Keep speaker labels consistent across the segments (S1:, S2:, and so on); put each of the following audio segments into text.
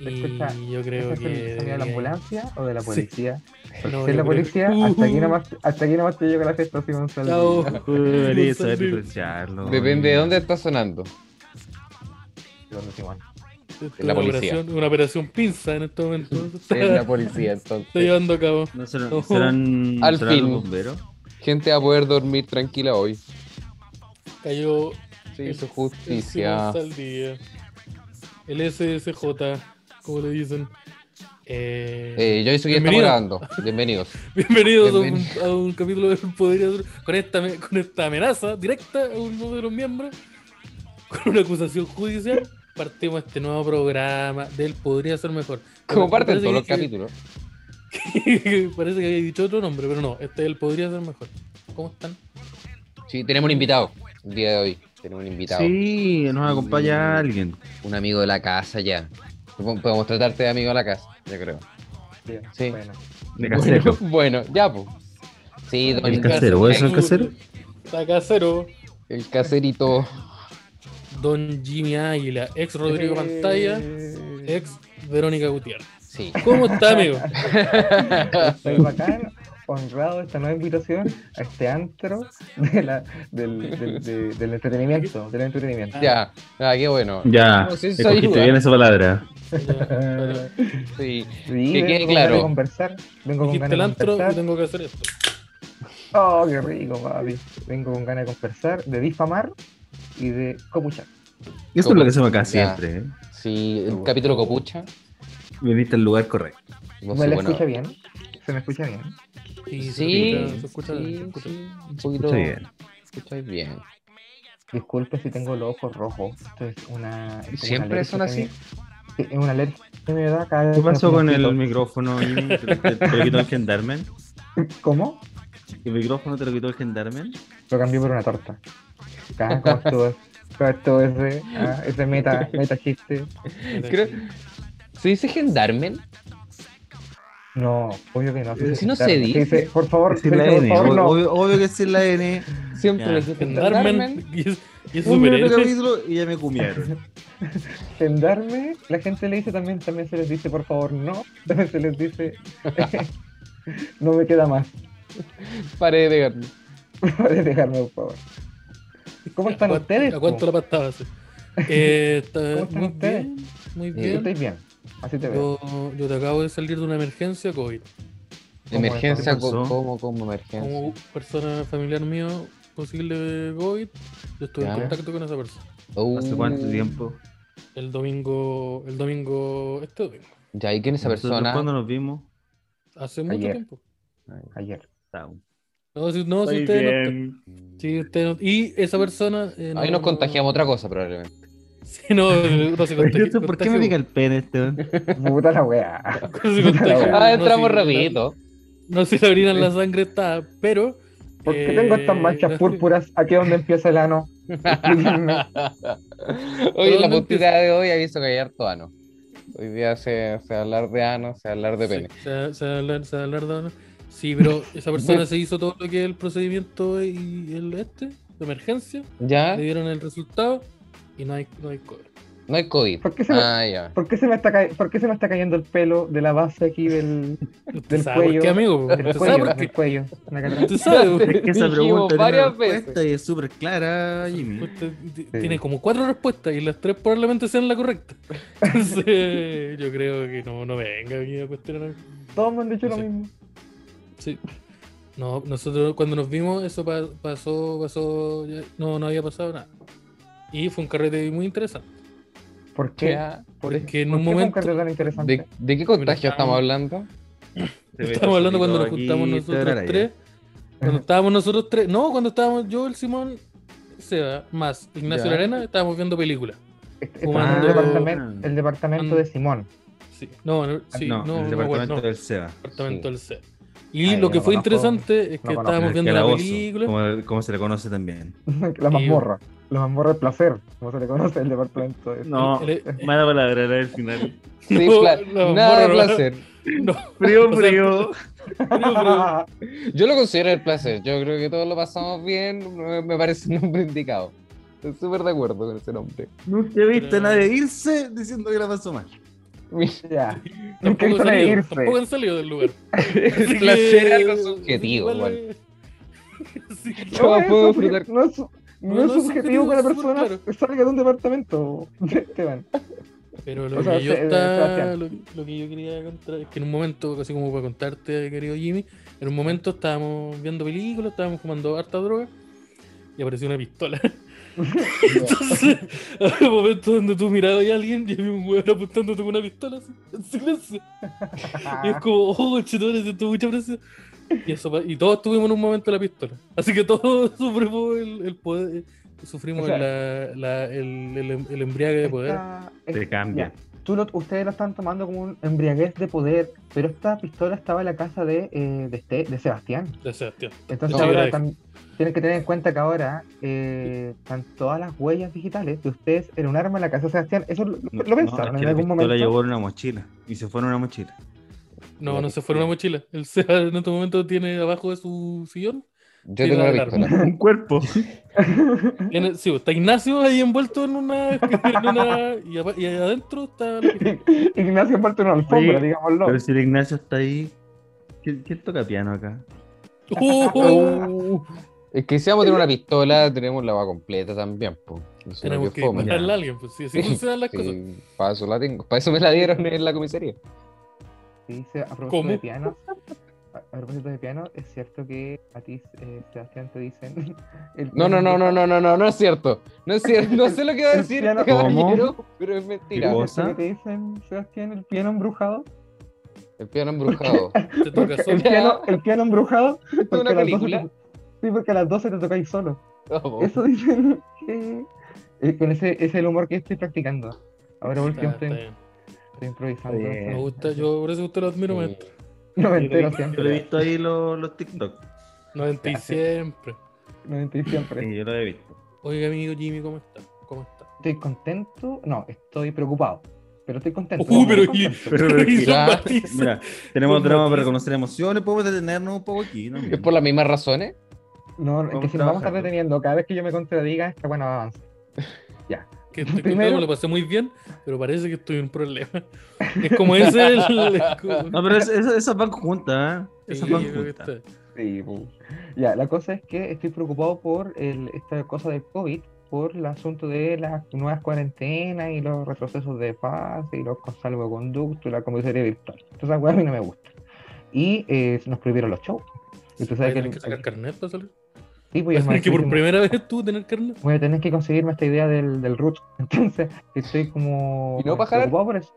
S1: Y yo creo
S2: ¿Este es
S1: que.
S2: el sonido de la
S1: debería-
S2: ambulancia o de la
S1: Sí.
S2: policía?
S1: No,
S2: Si es
S1: yo
S2: la
S1: creo-
S2: policía, hasta aquí nomás, hasta aquí nomás te llega la fiesta, Simón Saldaña.
S1: Chao. saber
S3: Debería saber diferenciarlo.
S4: Depende de dónde está sonando.
S2: Perdón, Simón.
S1: Esta
S4: la
S1: una
S4: policía.
S1: operación, una operación pinza en este momento. Está,
S4: Es la policía,
S1: está
S4: entonces.
S1: llevando a cabo.
S3: No serán,
S1: Ojo.
S3: serán,
S4: Al
S3: serán
S4: fin.
S3: los bomberos.
S4: Gente va a poder dormir tranquila hoy.
S1: Cayó
S4: Sí,
S1: el-
S4: hizo
S1: El, Simón
S4: justicia.
S1: Saldivia. el SSJ, como le dicen. Eh,
S4: Eh, yo hice que estamos
S1: Bienvenido.
S4: grabando. Bienvenidos.
S1: Bienvenidos a un-
S4: bienvenido.
S1: A, un, capítulo del Poder y Azul, con esta, me- con esta amenaza directa a uno de los miembros, con una acusación judicial. Partimos este nuevo programa del Podría Ser Mejor.
S4: Como parte de
S1: Parece
S4: todos los
S1: que-
S4: capítulos.
S1: que- Parece que había dicho otro nombre, pero no, este es el Podría Ser Mejor. ¿Cómo están?
S4: Sí, tenemos un invitado el día de hoy. Tenemos un invitado.
S3: Sí, nos acompaña alguien.
S4: Un amigo de la casa ya. Po- Podemos tratarte de amigo de la casa, yo creo.
S2: Bien,
S4: Sí.
S2: bueno.
S3: De
S4: Bueno,
S3: casero.
S4: bueno, ya, pues. Sí, don
S3: El
S4: el,
S3: casero, ¿eso es el casero?
S1: Está casero.
S4: caserito.
S1: Don Jimmy Águila, ex
S4: Eh.
S1: Rodrigo Pantalla,
S2: Eh,
S1: ex Verónica Gutiérrez.
S4: Sí.
S1: ¿Cómo está, amigo?
S2: Estoy bacán, honrado de esta nueva invitación a este antro de la, del, del, de- del entretenimiento. Del entretenimiento.
S4: Ya. Ah, qué bueno.
S3: Ya,
S4: Como si eso
S3: escogiste
S4: ayuda.
S3: bien esa palabra.
S1: Pero
S2: Eh,
S4: Sí.
S2: Sí,
S4: Que
S2: vengo
S4: quede
S3: eh,
S2: con
S4: claro.
S2: ganas de conversar. Vengo con
S1: Dijiste el
S2: ganas de
S1: antro, yo
S2: conversar.
S1: tengo que hacer esto.
S2: Oh, qué rico, papi. Vengo con ganas de conversar, de difamar y de copuchar.
S3: Eso es
S4: Como-
S3: lo que hacemos acá
S4: Ya.
S3: siempre. ¿eh?
S4: Sí, el capítulo copucha.
S3: Viniste al lugar correcto.
S4: No
S2: ¿Me
S4: sé,
S2: la
S4: Oh, bueno,
S2: escucha bien? ¿Se me escucha bien?
S1: Sí,
S4: Sí,
S1: se escucha, se
S4: sí,
S1: escucha.
S4: sí, un poquito.
S3: Está bien.
S4: Escucháis bien.
S2: Disculpe si tengo los ojos rojos. Esto es una. es como una
S4: ¿Siempre
S2: alergia
S4: son
S2: que
S4: así?
S2: me- sí, Es una alergia que me da cada vez
S3: ¿Qué
S2: que
S3: pasó
S2: me
S3: con el
S2: quito.
S3: micrófono? Jimmy? ¿Te, te- te lo quitó el gendarme?
S2: ¿Cómo?
S3: ¿El micrófono te lo quitó el gendarme?
S2: Lo cambié por una torta. Ah, ¿Cómo estuvo? ¿Cómo estuvo ese? Ah, ese meta, meta chiste.
S4: Creo- ¿Se dice gendarmen?
S2: No, obvio que no.
S4: Si no
S2: claro,
S4: se dice.
S2: por favor,
S3: Decir
S2: se
S3: la
S2: dice, por
S3: N.
S2: favor, no.
S3: Obvio, obvio que decir la N.
S4: Siempre
S3: Ya.
S4: les dice gendarmen.
S1: Gendarmen y es, y es
S3: Un minuto de
S1: superhéroe.
S3: capítulo y ya me cumieron.
S2: Sendarme, la gente le dice también, también se les dice por favor no. También se les dice no me queda más.
S4: Pare de pegarme.
S2: Puedes dejarme, por favor. ¿Cómo están
S1: ¿A cuánto-
S2: ustedes?
S1: ¿A cuánto la pasta base? Eh, está- muy
S2: ¿Cómo están ustedes?
S1: bien, muy
S2: po? Yo
S1: bien.
S2: estoy bien. Así te veo.
S1: Yo, yo te acabo de salir de una emergencia COVID.
S2: ¿Cómo
S4: Emergencia,
S3: es? ¿Qué pasó?
S4: como, como emergencia.
S1: Como persona familiar mío posible COVID, yo estuve
S4: Ya.
S1: en contacto con esa persona.
S4: Uh,
S3: ¿Hace cuánto tiempo?
S1: El domingo, el domingo, este domingo,
S4: Ya, ¿y quién es esa
S3: ¿Nosotros
S4: persona?
S3: ¿Cuándo nos vimos?
S1: hace mucho
S2: Ayer.
S1: tiempo.
S2: Ayer.
S3: Chao.
S1: No, si, no, si
S3: Estoy
S1: ustedes no están.
S3: bien.
S1: Sí, ustedes no- Y esa persona. eh,
S4: Ahí
S1: no-
S4: nos contagiamos otra cosa, probablemente.
S1: Sí, no, no se
S3: Oye,
S1: contagió.
S3: ¿esto ¿Por qué me pica el pene este? weón?
S2: Puta la weá.
S1: No se contagió,
S4: Ah,
S1: no,
S4: entramos
S1: sí,
S4: rapidito.
S1: No se le abrirán la sangre está, pero.
S2: ¿Por qué
S1: eh,
S2: tengo estas manchas
S1: no-
S2: púrpuras aquí donde empieza el ano? Explíquenme.
S4: Hoy la
S1: ¿Dónde
S4: puntita de hoy ha visto que hay harto ano. Hoy día se, se va a hablar de ano, se va a hablar de pene.
S1: Sí, se- se va a hablar- se va a hablar de- Sí, pero esa persona se hizo todo lo que es el procedimiento y el este, de emergencia.
S4: ¿Ya?
S1: Le dieron el resultado y no hay, no hay cobre.
S4: No hay COVID.
S2: ¿Por qué se me-
S4: Ah, ya.
S2: ¿Por qué, se me está ca- ¿Por qué se me está cayendo el pelo de la base aquí del, Del cuello.
S1: ¿Por qué, amigo?
S2: del
S1: ¿Usted sabe
S2: cuello?
S1: por
S2: Del
S1: qué?
S2: cuello. Una cara-
S1: ¿Usted sabe?
S3: Es que esa
S4: Dijimos
S3: pregunta tiene
S4: varias
S3: una respuesta
S4: veces.
S3: y es súper clara, Jimmy.
S1: Usted t- Tiene como cuatro respuestas y las tres probablemente sean la correcta. Entonces, yo creo que no, no venga aquí a cuestionar.
S2: Todos me han dicho
S1: No
S2: lo
S1: sé.
S2: mismo.
S1: Sí. No, nosotros cuando nos vimos, eso pa- pasó, pasó, ya- no, no había pasado nada. Y fue un carrete muy interesante.
S2: ¿Por qué?
S4: Ya.
S2: ¿Por
S1: Porque en
S2: por
S1: un
S2: qué fue
S1: momento-
S2: cartel tan interesante?
S4: ¿De, de qué contagio estamos
S1: estábamos-
S4: hablando?
S1: Estábamos hablando cuando nos juntamos
S3: Aquí,
S1: nosotros
S3: tararaya.
S1: tres. Cuando estábamos nosotros tres, no, cuando estábamos yo, el Simón, Seba, más Ignacio
S4: Ya.
S1: La Arena, estábamos viendo películas.
S2: Est- estamos en
S1: Fumando-
S2: Este, el, departamento, el departamento de
S1: Fumando-
S2: Simón.
S1: Sí, no, no, sí,
S3: Ah, no,
S1: no, no,
S3: el
S1: me acuerdo,
S3: departamento
S1: no,
S3: del SEBA.
S1: departamento
S4: Sí.
S1: del C. Y
S2: Ay,
S1: lo que
S2: no
S1: fue
S2: conozco-
S1: interesante es que
S2: no conozco.
S1: estábamos
S3: El
S1: viendo la
S3: calabozo,
S1: película.
S3: Como, como se le conoce también.
S2: La mazmorra. la mazmorra del placer, como se le conoce el departamento. de-
S3: No,
S1: El-
S3: mala palabra era el final.
S4: Sí,
S1: No,
S4: pla-
S1: no,
S4: nada de
S1: no, no.
S4: placer.
S1: No,
S3: Frío,
S1: O sea,
S3: frío.
S4: Yo lo considero el placer. Yo creo que todos lo pasamos bien. Me me parece un nombre indicado. Estoy súper de acuerdo con ese nombre.
S3: Nunca he visto a nadie irse diciendo que la pasó mal.
S4: El
S2: Ya. Nunca
S1: tampoco,
S2: hizo
S1: han
S2: de
S1: salido,
S2: irse.
S1: tampoco han salido del lugar. Así
S4: placer
S1: que-
S4: es algo subjetivo,
S1: igual
S4: igual.
S1: es- Así que-
S4: Yo
S2: No, es
S4: puedo
S2: subje-
S4: disfrutar-
S2: No es, no
S1: No,
S2: es
S1: no es
S2: subjetivo
S1: subjetivo,
S2: que la
S1: es súper
S2: persona
S1: claro.
S2: salga de un departamento, Esteban.
S1: Pero lo
S2: O sea,
S1: que yo
S2: se- eh,
S1: estaba,
S2: Sebastián.
S1: lo, lo que yo quería contar es que en un momento, así como para contarte, querido Jimmy, en un momento estábamos viendo películas, estábamos fumando harta droga y apareció una pistola. Entonces, había momentos donde tú mirabas a alguien y había un hueón apuntándote con una pistola así, en silencio. Y es como, oh, chetón, siento mucha presión. Y, eso, pa- y todos tuvimos en un momento la pistola. Así que todos sufrimos el, el poder, sufrimos
S2: O sea,
S1: la- la- el, el- el embriague de poder.
S2: Esta- es-
S3: Te cambia.
S2: ya. Tú lo- ustedes la están tomando como un embriaguez de poder, pero esta pistola estaba en la casa de, eh, de, este- de Sebastián.
S1: de Sebastián.
S2: Entonces
S4: No,
S2: ahora
S1: gracias.
S2: tam- tienen que tener en cuenta que ahora eh, están todas las huellas digitales de ustedes en un arma en la casa de Sebastián. ¿Eso lo,
S3: No,
S2: lo
S3: no,
S2: pensaron
S3: es que
S2: en
S3: la
S2: algún
S3: pistola
S2: momento?
S3: llevó en una mochila y se fue en una mochila.
S1: No,
S4: Mira
S1: no
S4: que
S1: se fue en una mochila. El Seba en este momento tiene abajo de su sillón.
S4: Yo
S1: Sí,
S4: tengo
S1: la
S4: una
S1: alarma.
S4: pistola.
S3: Un cuerpo.
S1: Tiene- sí, está Ignacio ahí envuelto en una. en una- y, apa- y adentro está. la pistola.
S2: Ignacio parte una alfombra,
S3: Oye,
S2: digámoslo.
S3: Pero si el Ignacio está ahí. ¿Quién, quién toca piano acá?
S1: ¡Oh!
S4: Es que si vamos a tener una pistola, tenemos la va completa también. Po. Eso
S1: Tenemos
S4: es
S1: que
S4: fome.
S1: matarle a alguien. Pues sí, así funcionan las cosas.
S4: Sí, para eso la tengo. Para eso me la dieron en la comisaría.
S2: Sí, se- a propósito
S1: ¿Cómo?
S2: de pianos. A, a propósito de pianos, es cierto que a ti, eh, Sebastián, te dicen. el
S4: No, no, no, no, no, no, no, no es cierto. No es cierto. No sé lo que va a
S2: El
S4: decir
S2: piano-
S4: este caballero, pero es mentira.
S3: ¿Cómo?
S2: ¿Es cierto que te dicen, Sebastián, el piano embrujado?
S4: El piano embrujado.
S1: Te toca
S2: el,
S1: solo.
S2: piano, el piano embrujado.
S4: ¿Esto es
S2: porque a
S4: una
S2: las 12
S4: película? Oh.
S2: te- sí, porque a las 12 te tocáis solo.
S4: No,
S2: Eso dicen que. eh, con ese, ese es el humor que estoy practicando. Ahora
S1: Está-
S2: último
S1: está
S2: estoy,
S1: bien.
S2: estoy improvisando.
S3: Está
S1: Me
S3: bien.
S1: gusta, yo por eso que usted lo admiro.
S4: Sí.
S1: maestro.
S2: No me
S3: Yo
S2: entero
S3: le- Yo le he
S2: siempre.
S3: visto ahí los, los TikTok.
S1: 90 y
S2: Gracias.
S1: siempre.
S2: No me entero siempre.
S3: Sí, yo lo he visto.
S1: Oiga, amigo Jimmy, ¿cómo está? ¿Cómo está?
S2: Estoy contento. No, estoy preocupado. Pero estoy contento.
S1: Uh, pero
S2: muy
S1: y-
S2: contento.
S3: Pero,
S1: Pero y
S4: mira,
S1: son batizas.
S3: Mira, tenemos
S1: Son
S3: drama para
S1: noticias.
S3: conocer emociones. Podemos detenernos un poco aquí. ¿no?
S4: ¿Es por las mismas razones?
S2: No, es que
S3: Vamos
S2: si nos vamos a estar
S3: trabajando.
S2: deteniendo cada vez que yo me contradiga, esta buena va a avanzar.
S1: que estoy
S2: Primero-
S1: contento, me lo pasé muy bien, pero parece que estoy en un problema. Es como ese el. es como-
S3: No, pero es- es- esas van juntas. ¿eh?
S1: Sí,
S3: Esas
S1: yo
S3: van
S1: creo que
S3: juntas.
S1: está.
S2: Sí, pu. Ya, la cosa es que estoy preocupado por el- esta cosa del COVID, por el asunto de las nuevas cuarentenas y los retrocesos de paz y los con- salvoconductos y la comisaría virtual. Entonces, esa weá a mí no me gusta. Y eh, nos prohibieron los shows. Y tú
S1: Voy
S2: sabes
S1: a
S2: que,
S1: tener que
S2: el-
S1: sacar carnet para salir.
S2: sí, pues, y
S1: Voy a
S2: el
S1: tener que por
S2: maestrísimo-
S1: primera vez tú tener carnet.
S2: voy a tener que conseguirme esta idea del, del root. Entonces, estoy como
S4: ¿Y no para jalar?
S2: preocupado por eso.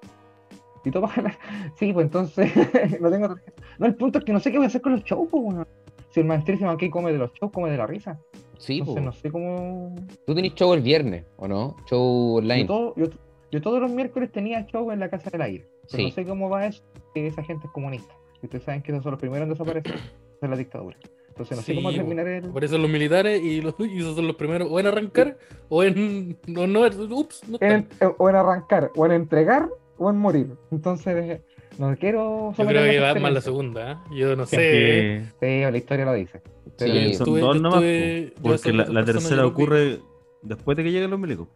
S2: Y todo para jalar. Sí, pues entonces no tengo tarjeta. No, el punto es que no sé qué voy a hacer con los shows, pues, weón. Si el maestrísimo aquí come de los shows, come de la risa.
S4: Sí, pues.
S2: Entonces
S4: po.
S2: no sé cómo.
S4: Tú tenés show el viernes, ¿o no? Show
S2: Yo,
S4: online.
S2: todo- yo- yo todos los miércoles tenía show en la casa del aire. Pero no
S4: Sí.
S2: sé cómo va eso, que esa gente es comunista. Y ustedes saben que esos son los primeros en desaparecer de la dictadura. Entonces no sé
S1: Sí,
S2: cómo
S4: pues.
S1: po.
S2: terminar el.
S1: Aparecen los militares y, los, y esos son los primeros o en arrancar o en. No, no, ups, no
S2: en-
S1: están.
S2: eh, o en arrancar, o en entregar, o en morir. Entonces, no quiero.
S1: Yo creo
S2: someterme a
S1: que va
S2: esa
S1: más la
S2: experiencia.
S1: segunda, ¿eh? Yo no
S3: Es
S1: sé.
S3: que-
S2: Sí, la historia lo dice.
S4: Sí,
S1: Yo
S3: son
S1: estuve-
S3: dos
S1: yo
S3: nomás,
S1: estuve- yo
S3: Porque
S1: esas
S3: la,
S1: otras personas
S3: la
S1: yo
S3: tercera
S1: los vi.
S3: ocurre después de que lleguen los milicos.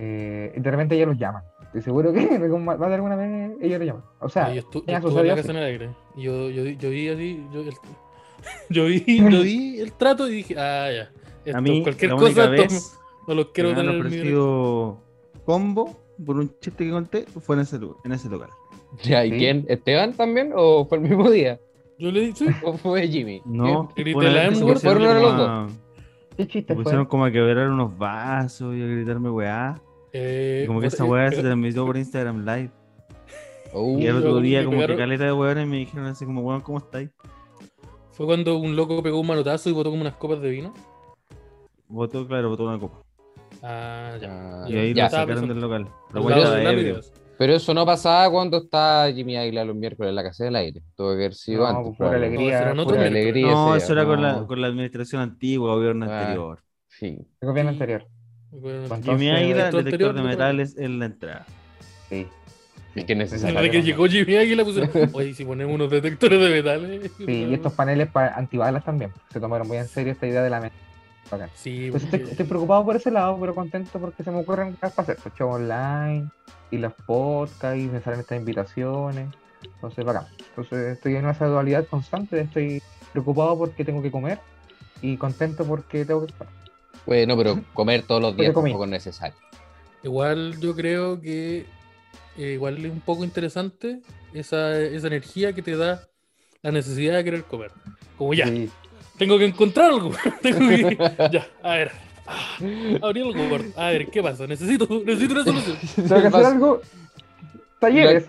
S2: Eh, y de repente ellos los llaman. Estoy seguro que en algún- más de alguna vez ellos los llaman. O sea,
S1: Oye, yo estu- yo estuve
S2: ya
S1: en
S2: sucedió
S1: la
S2: así.
S1: casa en el aire. Y yo, yo, yo vi así. Yo, el, yo, vi, yo vi el trato y dije, ah, ya. Esto,
S3: A mí,
S1: cualquier
S3: la
S1: cosa,
S3: única
S1: esto
S3: vez
S1: no los
S3: que
S1: quiero
S3: me han
S1: tener en mi derecho.
S3: ofrecido combo por un chiste que conté fue en ese, lu- en ese local.
S4: Ya, ¿Y
S2: Sí.
S4: quién? ¿Esteban también? ¿O fue el mismo día?
S1: Yo le dije,
S4: ¿O fue Jimmy?
S3: No,
S1: Grité
S3: fue una
S1: la
S3: vez que se
S1: M-word,
S3: pusieron
S4: fueron
S3: como
S4: los
S3: a-
S2: ¿qué
S3: se
S2: chiste fue?
S3: pusieron como a quebrar unos vasos y a gritarme weá.
S1: eh,
S3: Y como que
S1: puta,
S3: esa
S1: eh,
S3: weá se
S1: eh,
S3: transmitió por Instagram Live.
S4: ¿Quién? Oh,
S3: Y el otro
S1: yo-
S3: día,
S1: me
S3: como que
S1: Uh, pegaron-
S3: caleta de weones me dijeron así como, weón, ¿cómo estáis?
S1: Fue cuando un loco pegó un manotazo y botó como unas copas de vino.
S3: Votó, claro, votó una copa.
S1: Ah, ya.
S4: ya,
S3: Y ahí
S1: Ya.
S3: lo
S4: ya.
S1: estaba
S3: sacaron
S1: pensando.
S3: del local. La
S1: Al
S3: weá
S1: lado
S3: estaba
S1: de una
S3: ebrio.
S1: micro.
S4: Pero eso no pasaba cuando está Jimmy Águila los miércoles en la casa del aire. Tuvo que haber sido
S2: No, pues,
S4: antes.
S2: pura
S4: probablemente.
S2: alegría.
S1: No, eso era en otro
S4: Pura
S2: pura-
S1: miércoles.
S4: alegría
S3: No,
S4: ese
S3: eso
S4: día,
S3: era con
S4: no.
S3: la, con la administración antigua, gobierno
S4: Ah.
S3: anterior.
S4: Sí.
S2: El gobierno
S1: Y-
S2: anterior.
S3: Y me
S2: Entonces,
S3: Águila,
S1: esto
S3: detector
S1: anterior,
S3: de
S1: ¿no?
S3: metales en la entrada.
S2: Sí.
S4: Es que es necesario.
S1: Desde que llegó Jimmy Águila pusieron, oye, si ponemos unos detectores de metales.
S2: Sí, y estos paneles para antibalas también. Se tomaron muy en serio esta idea de la mesa. Bacán.
S1: Sí,
S2: Entonces, estoy,
S1: porque-
S2: estoy preocupado por ese lado, pero contento porque se me ocurren cosas para hacer. Pues, show online y los podcasts y me salen estas invitaciones. Entonces, bacán. Entonces, estoy en esa dualidad constante. Estoy preocupado porque tengo que comer y contento porque tengo que.
S4: Bueno, pero comer todos los días
S2: Porque comí.
S4: tampoco es necesario.
S1: Igual yo creo que eh, igual es un poco interesante esa, esa energía que te da la necesidad de querer comer. Como ya,
S2: Sí.
S1: tengo que encontrar algo. tengo que- Ya, a ver. Ah, Abrí el Word. A ver, ¿qué pasa? Necesito, necesito una solución.
S2: Tengo que hacer
S4: Vas-
S2: algo. Talleres,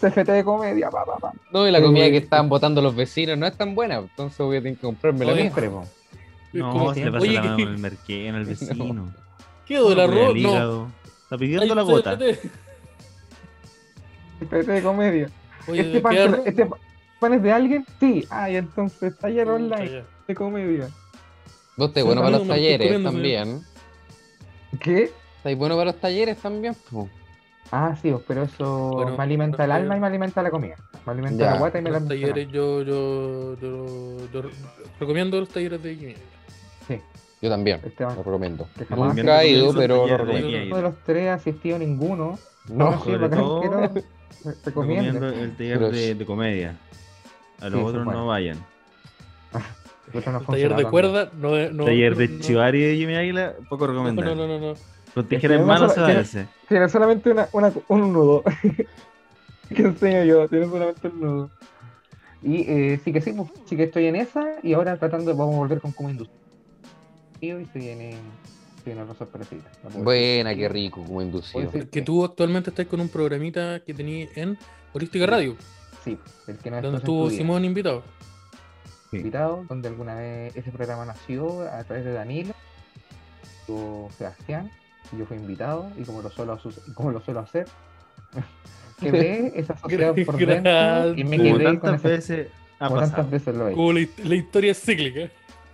S2: CFT de comedia, pa, pa, pa.
S4: No, y la comida que estaban botando los vecinos no es tan buena, entonces voy a tener que comprarme la
S1: Oye,
S4: mía.
S2: Siempre, po.
S1: Es
S3: No,
S1: como,
S3: se le pasa
S1: oye,
S3: la mano
S1: ¿qué-
S3: en el merquén, en el vecino.
S1: ¿Quedó el
S3: No, cuida
S1: arroz?
S3: el
S1: No.
S3: hígado. Está pidiendo
S1: Ay,
S3: la gota.
S1: espérate.
S2: CFT de comedia.
S1: Oye,
S2: Este pan,
S1: ¿queda arroz?
S2: este pa- pan es de alguien, sí. Ay, entonces, taller
S1: Pucha,
S2: online
S1: ya.
S2: de comedia.
S4: Vos estáis
S1: Sí, amigo,
S4: bueno para los
S1: me lo estoy
S4: talleres
S1: comiendo,
S4: también.
S2: ¿Qué?
S4: Estáis bueno para los talleres también. po.
S2: Ah, sí, pero eso
S1: Bueno,
S2: me alimenta el
S1: pero-
S2: alma y me alimenta la comida. Me alimenta
S4: Ya,
S2: la guata y me la
S1: Los talleres, yo, yo, yo, yo recomiendo los talleres de Jimmy.
S4: Yo también,
S2: Esteban.
S4: lo recomiendo.
S2: Ah. Que jamás-
S4: Nunca he ido, pero lo recomiendo.
S1: recomiendo.
S2: Ninguno Este, de los tres asistió a ninguno.
S4: No,
S2: sí,
S3: sobre
S2: bacán,
S3: todo,
S2: que no, te- te comiendas.
S3: Recomiendo el taller
S4: Pero-
S3: de, de comedia. A los
S2: Sí,
S3: otros
S2: bueno.
S3: no vayan.
S2: El otro no
S1: El taller
S2: funcionaba
S1: de
S2: también.
S1: cuerda, no, no.
S3: taller de
S1: no-
S3: Chivari de Jimmy Águila, poco
S1: No,
S3: recomendable.
S1: no, no, no. no.
S3: Con tijera en
S2: Tenemos
S3: mano
S2: solo-
S3: se va
S2: tiene-
S3: ese.
S2: Tiene solamente una, una- un nudo. que enseño yo, tiene solamente un nudo. Y eh, sí que sí, pues, sí que estoy en esa y ahora tratando, vamos a volver con como industria. Y hoy estoy en, eh, estoy en otra sorpresita. No puedo
S4: Buena,
S2: decir.
S4: qué rico, como inducido.
S2: Puede ser.
S1: Que tú actualmente estás con un programita que tenías en Holística Radio,
S2: Sí, pues, el que no
S1: donde
S2: estás en
S1: estuvo
S2: tu vida.
S1: Simón invitado.
S2: invitado, donde alguna vez ese programa nació a través de Danilo, estuvo Sebastián, y yo fui invitado, y como lo suelo, asu- y como lo suelo hacer, quedé esa sociedad por dentro y me
S3: Como
S2: quedé con
S3: tantas
S2: esa
S3: veces ha
S2: como tantas
S3: pasado.
S2: veces lo he hecho.
S1: Como la, hist- la historia es cíclica.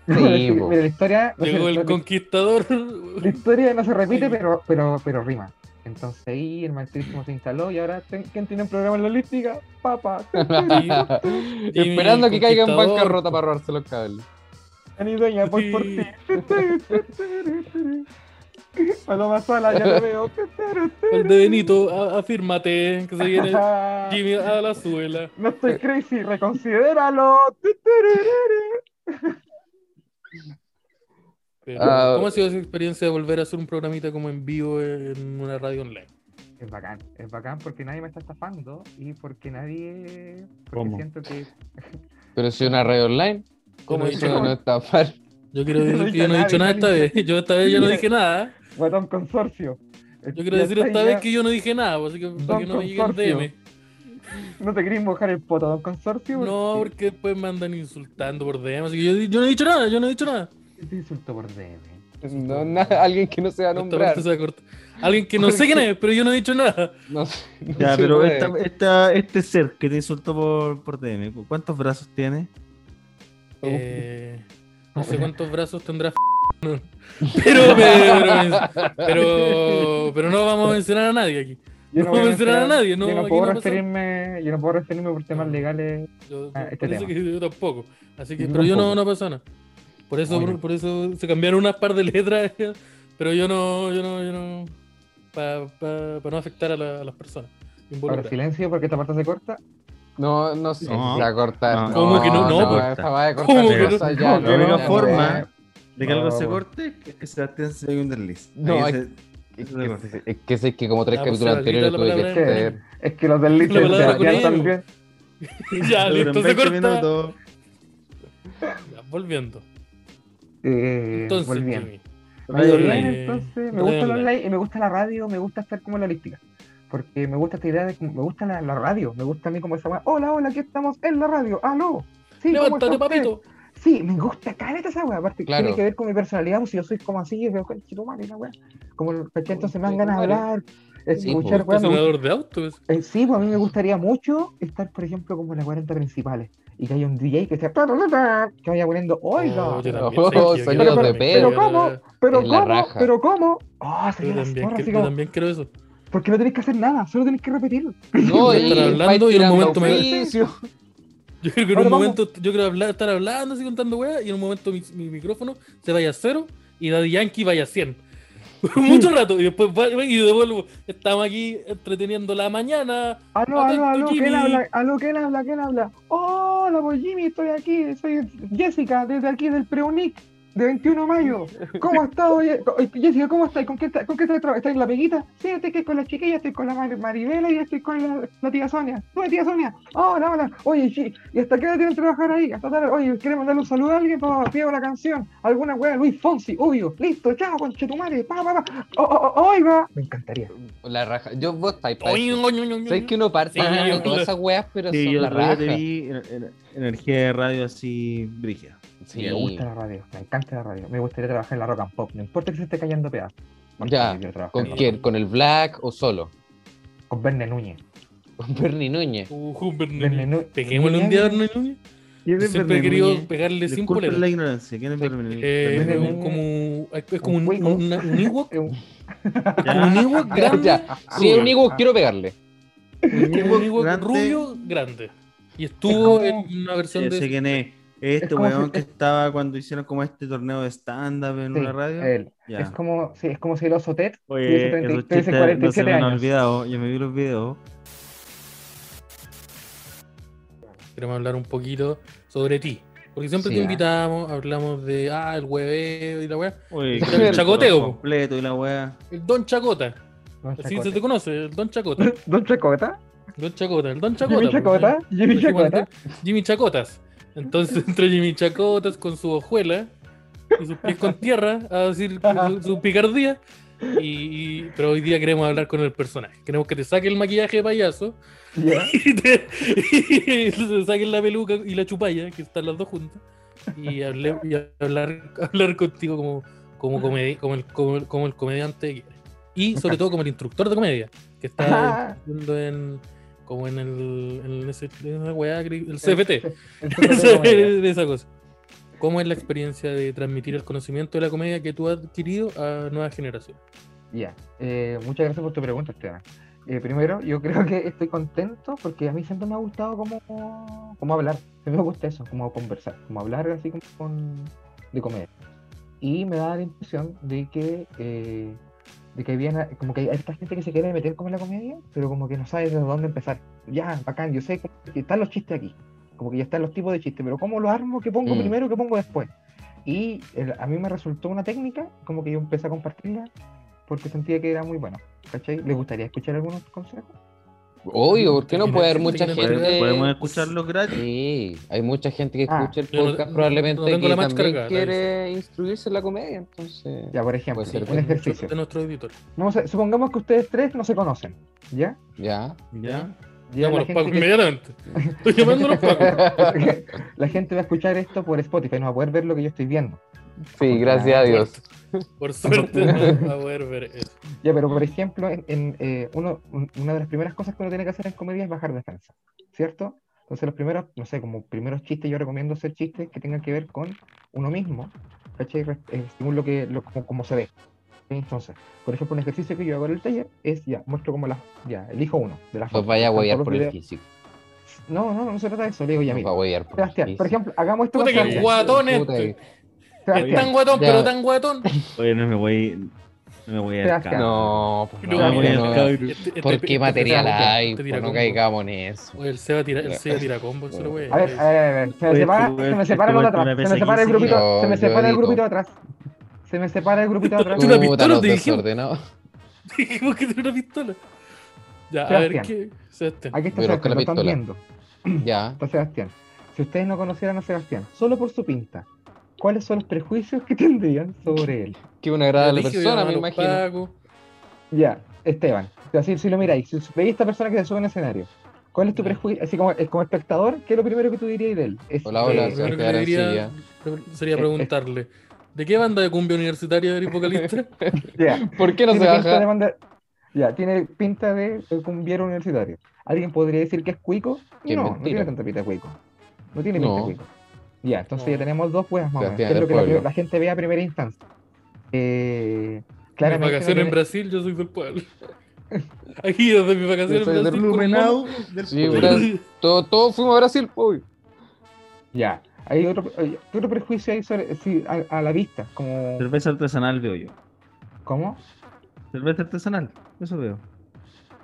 S4: Sí, po.
S2: Mira, la historia, no se-
S1: Llegó
S2: la-
S1: el conquistador.
S2: la historia no se repite,
S1: Sí.
S2: pero, pero, pero rima. Entonces ahí el maestrísimo se instaló y ahora ten- ¿quién tiene un programa en la holística? Papa,
S4: Esperando que caiga en
S1: Conquistador.
S4: bancarrota para robarse los cables.
S2: Anita, ya voy por
S1: Sí.
S2: ti. Paloma Sala, ya lo veo.
S1: El de Benito, a- afírmate que se viene
S2: Ah,
S1: Jimmy a la suela.
S2: No estoy crazy, reconsidéralo.
S1: Pero,
S4: Ah.
S1: ¿Cómo ha sido su experiencia de volver a hacer un programita como en vivo en una radio online?
S2: Es bacán, es bacán porque nadie me está estafando y porque nadie. Porque
S3: ¿Cómo?
S2: siento que.
S4: Pero si una red online,
S1: Como
S4: como
S1: dice-
S4: dicho, no está mal.
S1: Yo quiero
S2: No
S1: decir que
S2: dice
S1: yo no he dicho nada
S2: nada,
S1: esta vez. Yo esta vez ya no dije nada.
S2: Guatón Consorcio.
S1: Yo quiero decir esta vez que yo no dije nada, pues, así que para que no me lleguen
S2: consorcio.
S1: DM.
S2: No te querés mojar el poto, Don Consorcio.
S1: No, porque después me andan insultando por DM, así que yo, yo no he dicho nada, yo no he dicho nada.
S2: porque. Te insulto por DM.
S4: No, na- alguien que no se va a
S1: Esta
S4: nombrar.
S1: parte se va a cortar. Alguien que no sé quién es, pero yo no he dicho nada.
S4: No sé, no
S3: Ya,
S4: se
S3: pero
S4: puede.
S3: esta, esta- este ser que te insultó por, por DM, ¿cuántos brazos tiene?
S2: Oh.
S1: Eh, no sé cuántos brazos tendrá. f- no. Pero, pero, pero, pero no vamos a mencionar a nadie aquí.
S2: Yo
S1: No voy a mencionar a nadie, no,
S2: yo no
S1: aquí
S2: puedo
S1: no ha pasado.
S2: referirme, yo no puedo referirme por temas
S1: No.
S2: legales.
S1: Yo,
S2: Ah, este
S1: parece
S2: tema.
S1: que yo tampoco. Así que,
S2: Yo
S1: pero yo no,
S2: tampoco.
S1: no pasa nada. Por eso,
S2: Oye.
S1: por, por eso se cambiaron unas par de letras, pero yo no, yo no, yo no. Para no afectar a, la- a las personas.
S2: Ahora
S1: involucradas.
S2: silencio porque esta parte se corta.
S4: No, no sé
S3: No.
S4: si se va a cortar.
S3: No.
S1: ¿Cómo que no? No,
S4: no
S1: pues.
S4: esta va a
S1: ¿Cómo
S4: cortar
S1: que no?
S4: cosas ya.
S2: ¿Cómo
S3: La
S2: que
S4: no,
S3: única
S4: ya no,
S3: forma
S4: ya.
S3: de que algo se
S2: No.
S3: corte es que Sebastián se dé un desliz.
S4: No,
S3: Ahí
S4: hay-
S3: se-
S4: Es
S3: se corta.
S4: que, es que sé que como tres
S1: Ah, pues,
S4: capítulos
S1: se repite
S4: anteriores
S1: la
S4: tuve que
S1: palabra
S2: en
S4: hacer.
S2: Es que los del
S1: La
S2: listo
S1: palabra
S2: ya,
S1: con
S2: ya
S1: ellos.
S2: también.
S1: ya,
S3: Duran
S1: listo, se
S3: 20
S1: corta.
S3: minutos.
S1: Ya, volviendo.
S2: Eh,
S1: Entonces,
S2: volviendo.
S1: Jimmy,
S2: Muy
S3: Radio
S2: bien,
S1: online.
S2: entonces, me
S1: Radio
S2: gusta el
S1: online.
S2: online y me gusta la radio, me gusta estar como en la holística. Porque me gusta esta idea de, me gusta la, la radio, me gusta a mí como esa weá, hola, hola, aquí estamos en la radio, aló. Sí, ¿cómo
S1: levántate,
S2: está usted?
S1: papito.
S2: Sí, me gusta caleta esa weá, aparte
S4: Claro.
S2: tiene que ver con mi personalidad, pues, si yo soy como así, yo veo con mal la weá. Como, ¿cachai? entonces me dan
S4: Sí,
S2: ganas de
S4: vale.
S2: hablar,
S4: Sí,
S2: escuchar
S4: pues,
S2: weá, me gusta-
S1: Estacionador de autos.
S2: Eh, sí, pues a mí me gustaría mucho estar, por ejemplo, como en las 40 principales y que haya un DJ que esté que vaya poniendo, oiga,
S1: Oh, yo
S2: pero,
S1: también, ¿sabes
S4: Oh,
S1: qué? Yo
S4: sonidos
S1: también
S4: de
S1: quiero-
S4: pelo.
S2: cómo, pero
S4: en la
S2: cómo,
S4: raja.
S2: pero cómo. Ah, sería
S1: Yo
S2: la
S1: también,
S2: zorra,
S1: quiero-
S2: así
S1: yo
S2: como,
S1: también quiero eso.
S2: porque no tenéis que hacer nada, solo tenéis que repetirlo.
S4: No,
S1: Estar hablando y en un momento me- Yo creo que en
S2: Ahora
S1: un
S2: vamos.
S1: momento, yo quiero hablar, estar hablando así contando weas, y en un momento mi, mi micrófono se vaya a cero y Daddy Yankee vaya a 100. Mucho rato, y después va- y devuelvo. Estamos aquí entreteniendo la mañana.
S2: Aló, aló,
S1: Atento,
S2: aló, ¿quién
S1: Jimmy.
S2: habla? Aló, ¿quién habla? ¿Quién habla? Hola, pues Jimmy, estoy aquí, soy Jessica, desde aquí del Preunic, de 21 de mayo. ¿Cómo estás? oye? Co- oye, Jessica, ¿cómo estás? ¿Con qué estás? ¿Con qué estás? tra- ¿Estás en la peguita? Sí, estoy aquí con las chiquillas, estoy con la Mar- Maribela y estoy con la, la tía Sonia. Hola, tía Sonia. Hola, hola. Oye, sí, ¿y hasta qué hora tienen que trabajar ahí? Hasta tarde. Oye, queremos darle un saludo a alguien para pido la canción. Alguna wea, Luis Fonsi, obvio. Listo, chao, conchetumare. Pa, pa, pa. Oh, O- o- o- oiga. Me encantaría.
S4: La raja. Yo vos estáis pa'
S1: Oy,
S4: eso.
S1: oy, oy, oy,
S4: Sabes
S1: oy.
S4: que uno parte
S1: Sí,
S4: hablando
S1: yo-
S4: de todas esas weas, pero
S3: Sí,
S4: son
S3: yo
S4: la
S3: el otro día te
S4: raja.
S3: vi en- en- energía de radio así brígida.
S4: Sí.
S2: Me gusta la radio, me encanta la radio. Me gustaría trabajar en la rock and pop, no importa que se esté cayendo pedazo. Porque
S4: Ya,
S2: yo quiero trabajar en
S4: ¿Con
S2: la
S4: quién?
S2: rock.
S4: ¿Con el Black o solo?
S2: Con Verne Núñez.
S4: Con Bernie Núñez.
S1: Uh,
S2: Verne
S1: Bernie.
S2: Nú-
S1: Peguémosle un día a Bernie Núñez. Yo
S3: ¿Quién es
S1: Siempre he
S3: Bernie
S1: querido
S3: Núñez?
S1: pegarle sin
S3: Disculpen
S1: polera.
S3: la ignorancia. ¿Quién es Bernie Núñez?
S1: Eh,
S3: Bernie
S1: es
S2: Bernie
S3: Núñez.
S1: un- como, es como
S2: Un
S1: un,
S2: cuico.
S1: una- un Ewok.
S2: Es un-
S1: como un Ewok grande.
S4: Ya, Si es un Eagle, quiero pegarle.
S1: como
S3: Un
S1: un
S3: Ewok
S1: Ewok
S3: grande.
S1: rubio grande. Y estuvo
S2: Es como-
S1: en una versión
S3: Ya sé
S1: de.
S3: quién es. Este
S2: Es como
S3: weón
S2: si-
S3: que estaba cuando hicieron como este torneo de stand-up en
S2: sí,
S3: una radio.
S2: él.
S3: Ya.
S2: Es como, sí, es como si el oso Ted
S3: Oye,
S2: tuviese 30
S3: esos
S2: tuviese
S3: chistes no
S2: 47
S3: se me han
S2: años.
S3: olvidado. Yo me vi los videos.
S1: Queremos hablar un poquito sobre ti. Porque siempre
S4: Sí,
S1: te
S4: ah.
S1: invitamos, hablamos de. Ah, el hueveo y la weá.
S3: Oye,
S4: El
S3: qué
S1: chacoteo,
S3: color
S1: po.
S3: completo y la weá.
S1: El Don Chacota.
S2: Don
S1: Así se te
S2: Chacota.
S1: conoce, el Don Chacota.
S2: ¿Don Chacota?
S1: Don Chacota, el Don Chacota.
S2: ¿Jimmy
S1: pues,
S2: Chacota? ¿Jimmy
S1: Jimmy
S2: Chacota?
S1: Jimmy Chacotas. Entonces entró Jimmy Chacotas con su hojuela y sus pies con tierra a decir su, su picardía. Y, y- pero hoy día queremos hablar con el personaje. Queremos que te saque el maquillaje de payaso
S2: Ya.
S1: y te, y te saquen la peluca y la chupalla, que están las dos juntas, y, hable- y hablar, hablar contigo como, como, comedi- como, el, como, el- como el comediante que eres. Y sobre todo como el instructor de comedia, que está
S2: Ah.
S1: haciendo en, como en el, en ese- en esa weá que- el CFT
S2: El
S1: de esa cosa. ¿Cómo es la experiencia de transmitir el conocimiento de la comedia que tú has adquirido a nuevas generaciones?
S2: Ya, eh, muchas gracias por tu pregunta, Esteban. Eh, primero, yo creo que estoy contento porque a mí siempre me ha gustado cómo, cómo hablar. Siempre me gusta eso, como conversar, como hablar así como con, de comedia. Y me da la impresión de que, eh, de que había, como que hay esta gente que se quiere meter como en la comedia, pero como que no sabe desde dónde empezar. Ya, bacán, yo sé que, que están los chistes aquí, como que ya están los tipos de chistes, pero ¿cómo los armo? ¿Qué pongo
S4: Mm.
S2: primero? ¿Qué pongo después? Y el- a mí me resultó una técnica, como que yo empecé a compartirla porque sentía que era muy bueno. ¿Cachai? ¿Les gustaría escuchar algunos consejos?
S4: Obvio, ¿por qué no
S1: Mira,
S4: puede haber
S1: sí,
S4: mucha
S1: mira,
S4: gente?
S3: Podemos escucharlo gratis.
S4: Sí, hay mucha gente que
S2: Ah.
S4: escucha el
S1: Yo no-
S4: podcast
S1: no
S4: probablemente
S1: tengo la
S4: que
S1: más
S4: también
S1: cargada,
S4: quiere instruirse en la comedia, entonces...
S2: Ya, por ejemplo,
S4: Puede ser
S2: un
S4: que-
S2: ejercicio.
S1: De nuestro editor.
S2: Vamos a- supongamos que ustedes tres no se conocen, ¿ya?
S4: Ya.
S3: ¿Ya?
S2: Ya
S1: Llamo a los
S2: la,
S1: pacos
S2: gente que-
S1: inmediatamente. Estoy llamando a los pacos.
S2: la gente va a escuchar esto por Spotify, no va a poder ver lo que yo estoy viendo.
S4: Sí, gracias a Dios.
S1: Por suerte no va a poder ver eso.
S2: Ya, pero por ejemplo, en, en, eh, uno, un- una de las primeras cosas que uno tiene que hacer en comedia es bajar defensa, ¿cierto? Entonces los primeros, no sé, como primeros chistes, yo recomiendo hacer chistes que tengan que ver con uno mismo, ¿cachai? Res- eh, según lo que, lo- como, como se ve. Entonces, por ejemplo, un ejercicio que yo hago en el taller es, ya, muestro como las, ya, elijo uno de las
S4: Nos
S2: fotos,
S4: vaya a
S2: están
S4: huevear
S2: todos
S4: por el
S2: los
S4: físico.
S2: videos. No, no, no se trata de eso, le digo, ya,
S4: Nos va a
S2: mira,
S4: huevear por el
S2: Sebastián,
S4: físico.
S2: por ejemplo, hagamos esto con
S1: Puta que
S2: Sebastián,
S1: guatón
S4: Puta
S1: este.
S4: que-
S1: Es tan
S2: Sebastián,
S1: guatón,
S4: Ya.
S1: pero tan guatón.
S3: Oye, no me voy. No me voy a
S2: Gracias.
S3: arcar.
S4: No, pues
S1: No,
S4: no,
S3: voy
S1: mira,
S4: no,
S3: al
S4: no.
S3: cabro.
S1: Este- este-
S4: ¿Por
S1: este-
S4: qué
S1: este
S4: material
S1: te tira
S4: hay?
S1: combo, te
S4: Pues
S1: tira
S4: no
S1: combo.
S4: caigamos en eso.
S1: Oye, el Seba tira, el Seba tira combo, se lo voy
S2: A ver, a ver, a ver, se me
S3: Oye,
S2: separa,
S3: tú,
S2: se me
S3: eh,
S2: separa el
S3: tú,
S2: otro
S3: eh, tú
S2: atrás,
S3: la
S2: se
S3: ves
S2: me
S3: aquí,
S2: separa el
S3: sí.
S2: grupito,
S4: No,
S2: se me
S4: yo
S2: separa el
S4: edito.
S2: grupito atrás. Se me separa el grupito atrás.
S1: Tú una pistola
S4: nos
S1: te dijimos.
S4: desordenó.
S1: Dijimos que tiene una pistola. Ya, a
S2: Sebastián.
S1: ver qué. Sebastián.
S2: Aquí está
S4: Voy a
S2: Sebastián,
S4: buscar
S2: lo
S4: la
S2: están
S4: pistola.
S2: viendo.
S4: Ya.
S2: Está Sebastián. Si ustedes no conocieran a Sebastián, solo por su pinta, ¿cuáles son los prejuicios que tendrían sobre él?
S4: Que una agradable
S1: Dije,
S4: persona,
S1: llamaba
S4: me
S1: a los
S4: imagino.
S1: pacos.
S2: Ya, Esteban, así si lo miráis, si veis esta persona que se sube en el escenario, ¿cuál es tu
S1: Ya.
S2: prejuicio? Así como, eh, como espectador, ¿qué es lo primero que tú dirías de él? Es,
S4: Hola, hola,
S1: Lo
S2: eh,
S4: Sebastián.
S1: primero que
S4: quedar
S1: le
S4: en
S1: diría sería
S2: Eh,
S1: preguntarle: ¿de qué banda de cumbia universitaria eres vocalista?
S2: ya.
S4: ¿Por qué no se
S2: Tiene pinta de
S4: baja?
S2: banda- Ya, tiene pinta de eh, cumbiero universitario. ¿Alguien podría decir que es cuico?
S4: Qué
S2: no, no
S4: mentira.
S2: tiene tanta pinta de cuico. No tiene pinta
S4: No.
S2: cuico. Ya, entonces
S1: No.
S2: ya tenemos dos weas más o menos, que
S4: Sebastián
S2: es
S4: del
S2: lo que la,
S4: pueblo.
S2: la gente ve a primera instancia. Eh,
S1: Mis
S2: claramente. no
S1: vacaciones en
S2: tiene-
S1: Brasil, yo soy del pueblo. Aquí desde mis vacaciones
S4: Yo
S1: en
S4: soy
S1: Brasil. con
S3: Iluminado del
S4: Sí,
S3: pueblo.
S4: Brasil. Todos todos fuimos a Brasil, pues. hoy.
S2: Ya. Hay otro, hay otro prejuicio ahí sobre, sí, a, a la vista, como.
S3: Cerveza artesanal veo yo.
S2: ¿Cómo?
S3: Cerveza artesanal, eso veo.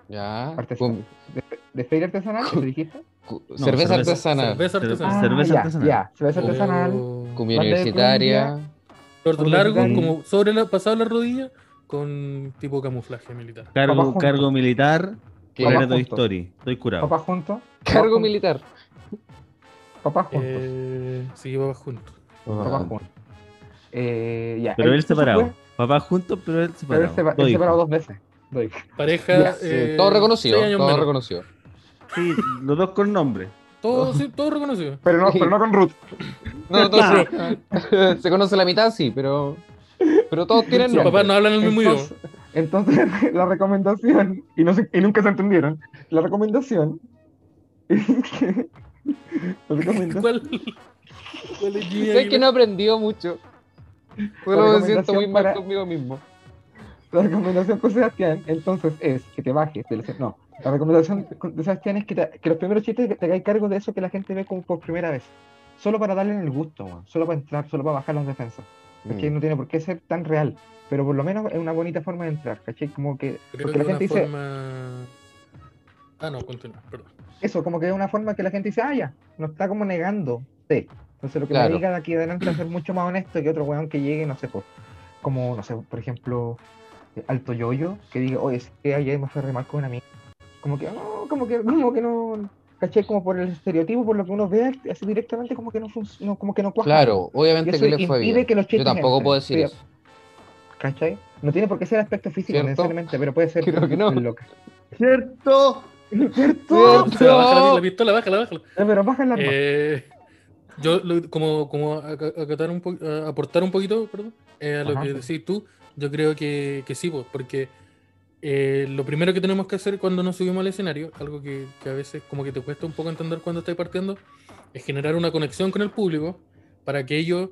S4: Ya.
S1: Ah.
S2: Artesanal. ¿De, de feria artesanal? ¿Eso dijiste?
S4: Cu-
S3: No, cerveza-
S4: cerveza artesanal.
S1: Cerveza
S3: Ah,
S1: artesanal.
S3: cerveza
S2: ya,
S3: artesanal.
S2: Ya, cerveza
S4: Oh.
S1: Pero-
S2: artesanal.
S4: Cumbia
S2: Banda de
S4: universitaria.
S1: Corto largo,
S2: Organ-
S1: como sobre la, pasado la rodilla, con tipo camuflaje militar.
S2: Papá
S3: Cargo,
S2: junto.
S3: cargo militar,
S4: ¿Qué?
S2: Papá
S3: polera Toy
S2: junto.
S3: Story. Estoy curado.
S2: Papá juntos.
S4: Cargo militar.
S2: Papás juntos.
S1: Eh, sí, papá juntos.
S2: Papás juntos. Eh, ya.
S3: Ah. Pero
S2: hay-
S3: él
S2: eso
S3: separado.
S2: fue-
S3: Papá junto, pero
S2: Pero
S3: él
S2: él
S3: separado.
S2: sepa- él
S3: Dos hijos.
S2: separado dos veces. Dos hijos.
S1: Pareja.
S4: Sí,
S1: eh,
S4: todo reconocido.
S1: seis años
S4: Todo
S1: menos.
S4: reconocido.
S3: Sí, los dos con nombre.
S1: Todo, sí, todo reconocido.
S2: Pero no, pero no con Ruth.
S4: No, todos- se conoce la mitad, sí, pero. Pero todos tienen
S1: Sus
S2: Ya,
S4: nombre.
S1: papás no hablan el mismo idioma.
S2: Entonces, entonces, la recomendación, y, no se- y nunca se entendieron, la recomendación es que... La recomendación,
S1: ¿Cuál? ¿Cuál es Jimmy
S4: Sé que no
S1: Aguilar?
S4: he aprendido mucho.
S2: La
S4: Solo me siento muy
S2: recomendación
S4: mal
S2: para-
S4: conmigo mismo.
S2: la recomendación con Sebastián, entonces, es que te bajes. del ce- no, la recomendación con- de Sebastián es que, te- que los primeros chistes te hagáis cargo de eso que la gente ve como por primera vez. Solo para darle el gusto, weón, solo para entrar, solo para bajar las defensas.
S4: Mm.
S2: que no tiene por qué ser tan real, pero por lo menos es una bonita forma de entrar, ¿cachai? Como que,
S1: Creo
S2: porque
S1: que
S2: la
S1: es una
S2: gente dice,
S1: forma. Ah, no, continúa, perdón.
S2: eso, como que es una forma que la gente dice, ah, ya, no está como negando. Sí. Entonces lo que
S4: Claro.
S2: me diga de aquí adelante va a ser mucho más honesto que otro weón que llegue, no sé, pues, como, no sé, por ejemplo, eh, Alto Yoyo, que diga, oye, es que ayer me fue re mal con una amiga. Como que, no, como que, como que no, caché, como por el estereotipo, por lo que uno ve, así directamente como que no, func- no como que no cuaja.
S4: Claro, obviamente
S2: Y
S4: que
S2: eso
S4: le fue
S2: impide
S4: bien.
S2: que los
S4: Yo
S2: chistes
S4: tampoco
S2: entren.
S4: puedo decir
S2: Sí,
S4: eso.
S2: ¿Cachai? No tiene por qué ser aspecto físico
S4: ¿Cierto?
S2: necesariamente, pero puede ser
S4: Creo que no.
S2: loca.
S3: ¡Cierto!
S2: ¿Cierto?
S4: ¡No!
S1: Bájala, bájala, la pistola, bájala, bájala.
S2: Eh, Pero bajan las
S1: Eh, yo, lo- como, como aca- acatar un po- a- aportar un poquito perdón, eh, a lo
S2: Ajá.
S1: que decís tú, yo creo que, que sí, pues, porque eh, lo primero que tenemos que hacer cuando nos subimos al escenario, algo que, que a veces como que te cuesta un poco entender cuando estás partiendo, es generar una conexión con el público para que ellos,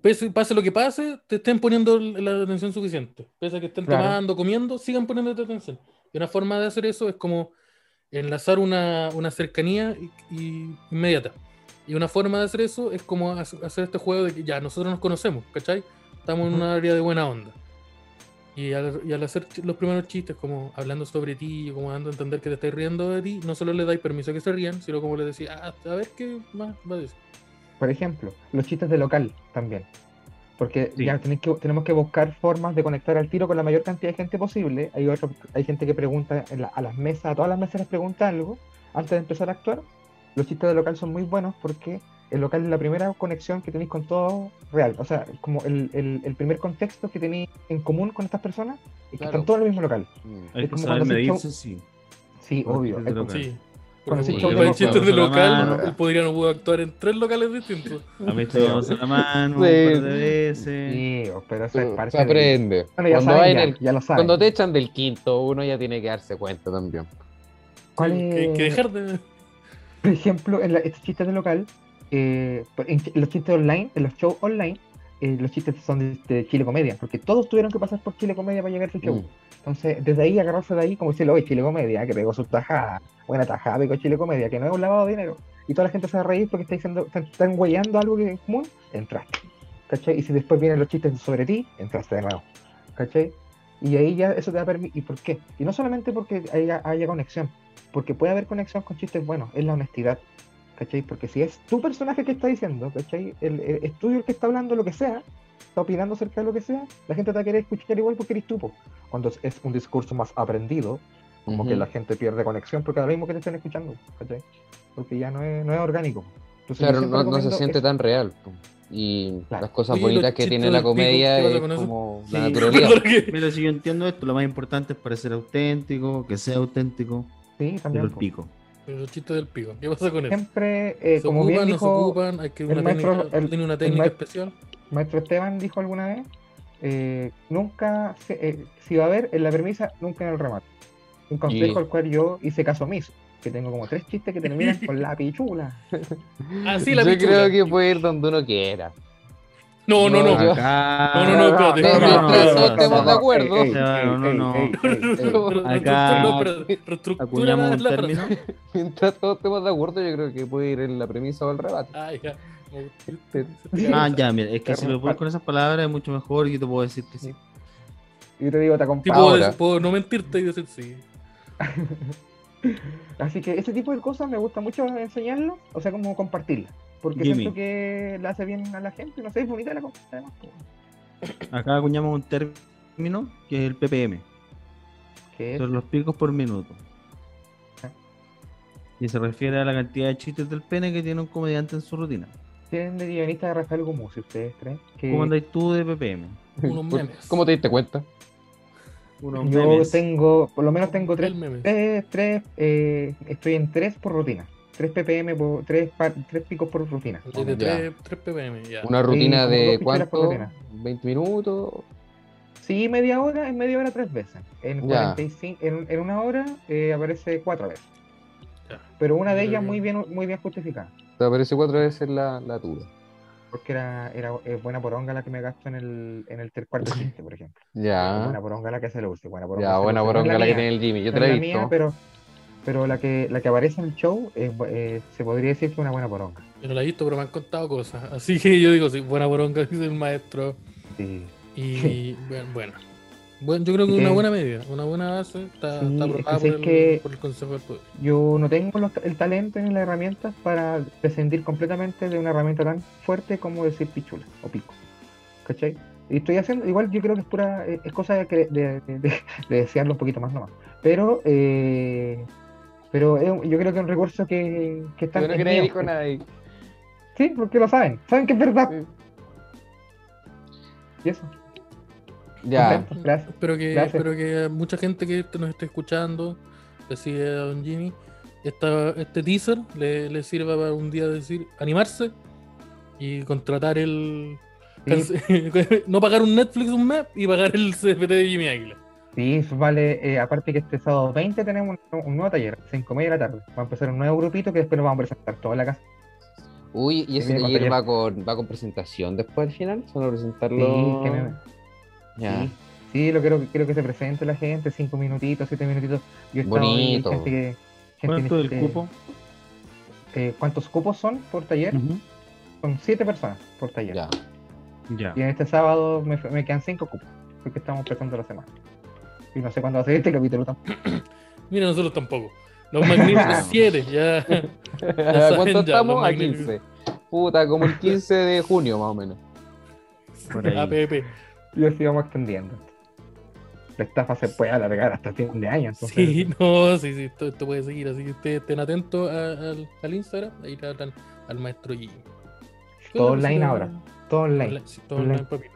S1: pese, pase lo que pase, te estén poniendo la atención suficiente. Pese a que estén
S2: Claro.
S1: tomando, comiendo, sigan poniéndote atención. Y una forma de hacer eso es como enlazar una, una cercanía y- y inmediata. Y una forma de hacer eso es como hace- hacer este juego de que ya nosotros nos conocemos, ¿cachai? Estamos en
S2: Ujú.
S1: una área de buena onda. Y al, y al hacer ch- los primeros chistes, como hablando sobre ti, como dando a entender que te estáis riendo de ti, no solo le dais permiso a que se rían, sino como le decís, ah, a ver qué más va a decir.
S2: Por ejemplo, los chistes de local también. Porque
S3: Sí.
S2: ya tenéis que, tenemos que buscar formas de conectar al tiro con la mayor cantidad de gente posible. Hay, otro, hay gente que pregunta en la- a las mesas, a todas las mesas les pregunta algo antes de empezar a actuar. Los chistes de local son muy buenos porque el local es la primera conexión que tenéis con todo real. O sea, como el, el- el primer contexto que tenéis en común con estas personas es que
S4: Claro.
S2: están todos en el mismo local. Es
S3: Hay que
S2: como
S3: saber
S2: cuando haces
S3: medirse, sí.
S2: Sí,
S3: Los
S2: obvio.
S3: chistes
S2: hay
S3: de
S2: como-
S3: local.
S1: Sí,
S2: Porque
S1: porque
S2: sí,
S1: por
S2: yo
S1: culpa de
S2: no-
S1: chistes de
S3: no, no,
S1: local,
S2: no, no.
S1: podrían hubo, actuar en tres locales distintos.
S3: A mí te vamos a la mano un
S4: Sí.
S3: par de veces.
S2: Sí, pero eso es parte
S4: Se
S2: de-
S4: aprende.
S2: Bueno, ya
S4: Cuando
S2: saben,
S4: va en
S2: ya,
S4: el
S2: ya lo saben.
S4: Cuando te echan del quinto, uno ya tiene que darse cuenta también.
S2: ¿Cuál
S1: Que,
S2: es-
S1: que dejar de.
S2: Por ejemplo, en la- estos chistes de local, eh, por- en, chi- los chistes online, en los shows online, eh, los chistes son de, de Chile Comedia, porque todos tuvieron que pasar por Chile Comedia para llegar al
S4: Mm.
S2: show. Entonces, desde ahí agarrarse de ahí, como decirlo, oye, Chile Comedia, que pegó su tajada, buena tajada, pegó Chile Comedia, que no es un lavado de dinero. Y toda la gente se va a reír porque está diciendo, están, están huellando algo que es común, entraste. ¿Cachai? Y si después vienen los chistes sobre ti, entraste de nuevo. ¿Cachai? Y ahí ya eso te da permiso. ¿Y por qué? Y no solamente porque haya, haya conexión, porque puede haber conexión con chistes buenos, es la honestidad. ¿Cachai? Porque si es tu personaje que está diciendo, ¿cachai? El, el, es tuyo el que está hablando lo que sea, está opinando acerca de lo que sea, la gente te va a querer escuchar igual porque eres tú. po. Cuando es- es un discurso más aprendido, como que
S4: Ujú.
S2: la gente pierde conexión porque ahora mismo que te estén escuchando, ¿cachai? Porque ya no es, no es orgánico. Entonces, yo
S4: Claro,
S2: siempre
S4: no, no se
S2: recomiendo
S4: siente
S2: eso.
S4: tan real. po. Y
S2: Claro.
S4: las cosas
S1: Oye,
S4: bonitas
S1: los
S4: que tiene
S1: chistes
S4: la
S1: del pico, ¿qué
S4: comedia
S1: pasa
S4: es
S1: con eso?
S4: como la
S3: Sí.
S4: naturalidad.
S3: Mira, si yo entiendo esto, lo más importante es parecer auténtico, que sea auténtico,
S2: Sí, también.
S3: pero el
S2: po.
S3: pico.
S1: Los chistes del pico. ¿Qué pasa con eso?
S2: Siempre, eh,
S1: ¿Se
S2: como
S1: ocupan,
S2: bien
S1: no se
S2: dijo
S1: ocupan? Hay que
S2: el
S1: una
S2: maestro-
S1: técnica,
S2: el-
S1: tiene una
S2: el
S1: técnica
S2: maestro-
S1: especial.
S2: Maestro Esteban, dijo alguna vez, eh, nunca, se- eh, si va a haber en la premisa, nunca en el remate. Un consejo
S4: Y-
S2: al cual yo hice caso omiso. que tengo como tres chistes que terminan con la pichula.
S1: Así Ah, la
S4: Yo
S1: pichula.
S4: creo que puede ir donde uno quiera.
S1: No, no, no.
S4: No, yo-
S3: Acá-
S1: No, no, no, espérate.
S4: No, no, no, no, no,
S2: estamos
S4: no,
S3: no,
S4: no,
S3: no.
S1: Reestructura-
S3: Acá
S1: no, pero reestructura
S3: acuñamos
S1: la
S3: un
S1: la
S3: término.
S1: frase.
S4: Mientras todos estemos de acuerdo, yo creo que puede ir en la premisa o el rebate.
S1: Ah, ya. Me gusta.
S3: Ah, ya, mira, es que si me
S2: Carlos
S3: pones con esas palabras es mucho mejor, yo te puedo decir que sí.
S2: Yo te digo, te
S1: Sí,
S2: acompaño.
S1: puedo,
S4: Ahora.
S1: puedo no mentirte y decir sí.
S2: Así que ese tipo de cosas me gusta mucho enseñarlas, o sea, como compartirlas. Porque
S3: Jimmy.
S2: siento que le hace bien a la gente, no sé, es bonita la cosa. además, po.
S3: Acá acuñamos un término que es el PPM,
S2: Que es-
S3: son los picos por minuto. Y se refiere a la cantidad de chistes del pene que tiene un comediante en su rutina.
S2: tienen de guionista de Rafael Gumú, si ustedes creen. Que
S3: ¿Cómo andáis tú de PPM?
S1: Unos memes.
S4: ¿Cómo te diste cuenta?
S3: Unos
S2: yo
S3: memes.
S2: tengo, por lo menos tengo tres,
S1: El meme.
S2: tres, tres eh, estoy en tres por rutina. Tres ppm, por, tres, pa- tres picos por rutina.
S1: Desde
S4: Ya.
S1: 3, ppm, ya.
S4: Una rutina
S2: como dos
S4: de
S2: pistolas por
S4: cuánto?
S2: rutina.
S4: 20 minutos.
S2: Sí, media hora, en media hora tres veces. En,
S4: Ya.
S2: 45, en, en una hora eh, aparece cuatro veces.
S1: Ya.
S2: Pero una de
S1: Mira
S2: ellas
S1: que-
S2: muy bien, muy bien justificada.
S4: Te aparece cuatro veces la, la tuya.
S2: Porque era, era es buena poronga la que me gasto en el, en el ter- cuarto chiste, por ejemplo. Buena
S4: Ya.
S2: poronga la que se lo use. Buena poronga.
S4: Ah. Ya,
S2: se
S4: buena
S2: luce. No es
S4: poronga la, que
S2: mía,
S4: tiene el Jimmy. Yo
S2: no
S4: te la
S2: es
S4: he
S2: mía,
S4: visto.
S2: pero pero la, que, la que aparece en el show es bu- eh, se podría decir que es una buena poronga.
S1: Yo no la he visto, pero me han contado cosas. Así que yo digo, sí, buena boronga, dice el maestro.
S2: Sí.
S1: Y bueno, bueno. Bueno, yo creo que
S2: Sí.
S1: una buena media, una buena base está, está
S2: Sí, es que
S1: aprobada
S2: sé
S1: por, el,
S2: que-
S1: por el Consejo del Poder.
S2: Yo no tengo los- el talento ni las herramientas para prescindir completamente de una herramienta tan fuerte como decir pichula o pico. ¿Cachai? Y estoy haciendo, igual yo creo que es pura, eh, es es cosa de, cre- de, de- de- de desearlo un poquito más nomás. Pero, eh, pero es un- yo creo que es un recurso que, que está
S4: Yo no
S2: es
S4: quería ir
S2: mío.
S4: con nadie.
S2: Sí, porque lo saben, saben que es verdad.
S4: Sí.
S2: Y eso,
S4: Ya.
S2: contento, gracias.
S1: Espero que,
S2: Gracias.
S1: espero que mucha gente que te- nos esté escuchando, que sigue a Don Jimmy, esta, este teaser le, le sirva para un día decir, animarse y contratar el.
S2: Sí,
S1: no pagar un Netflix un mes y pagar el CFT de Jimmy Águila.
S2: sí, eso vale, eh, aparte que este sábado 20 tenemos un, un nuevo taller, 5 media de la tarde. Va a empezar un nuevo grupito que después lo vamos a presentar toda la casa.
S4: Uy, y ese
S2: viene con
S4: taller
S2: taller.
S4: va con, va con presentación después al final. ¿Se van a
S2: Sí,
S4: presentarlo?
S2: que me-
S4: Ya.
S2: Sí, sí, lo quiero, quiero que se presente la gente, cinco minutitos, siete minutitos. Yo he estado ahí,
S4: Bonito.
S2: gente que- gente
S3: ¿Cuánto
S2: que-
S3: del cupo? Mm.
S2: eh, ¿Cuántos cupos son por taller?
S3: Ujú.
S2: Son siete personas por taller.
S4: Ya.
S3: Ya.
S2: Y en este sábado me, me quedan cinco cupos, porque estamos empezando la semana. Y no sé cuándo va a ser este capítulo tampoco.
S1: Mira, nosotros tampoco. Los magníficos 7, ya.
S4: ¿A ¿Cuánto
S1: saben ya,
S4: estamos?
S1: los
S4: A
S1: magníficos.
S4: 15. Puta, como el 15 de junio más o menos.
S3: Por ahí.
S1: APP.
S2: Y así vamos extendiendo. La estafa se puede alargar hasta fin de año. Entonces,
S1: Sí, no, sí, sí, esto, esto puede seguir, así que ustedes estén atentos a- al, al Instagram, ahí le hablan al maestro Jimmy.
S2: Todo online ahora. Todo online.
S1: Online, sí, todo
S2: online.
S1: online, papito.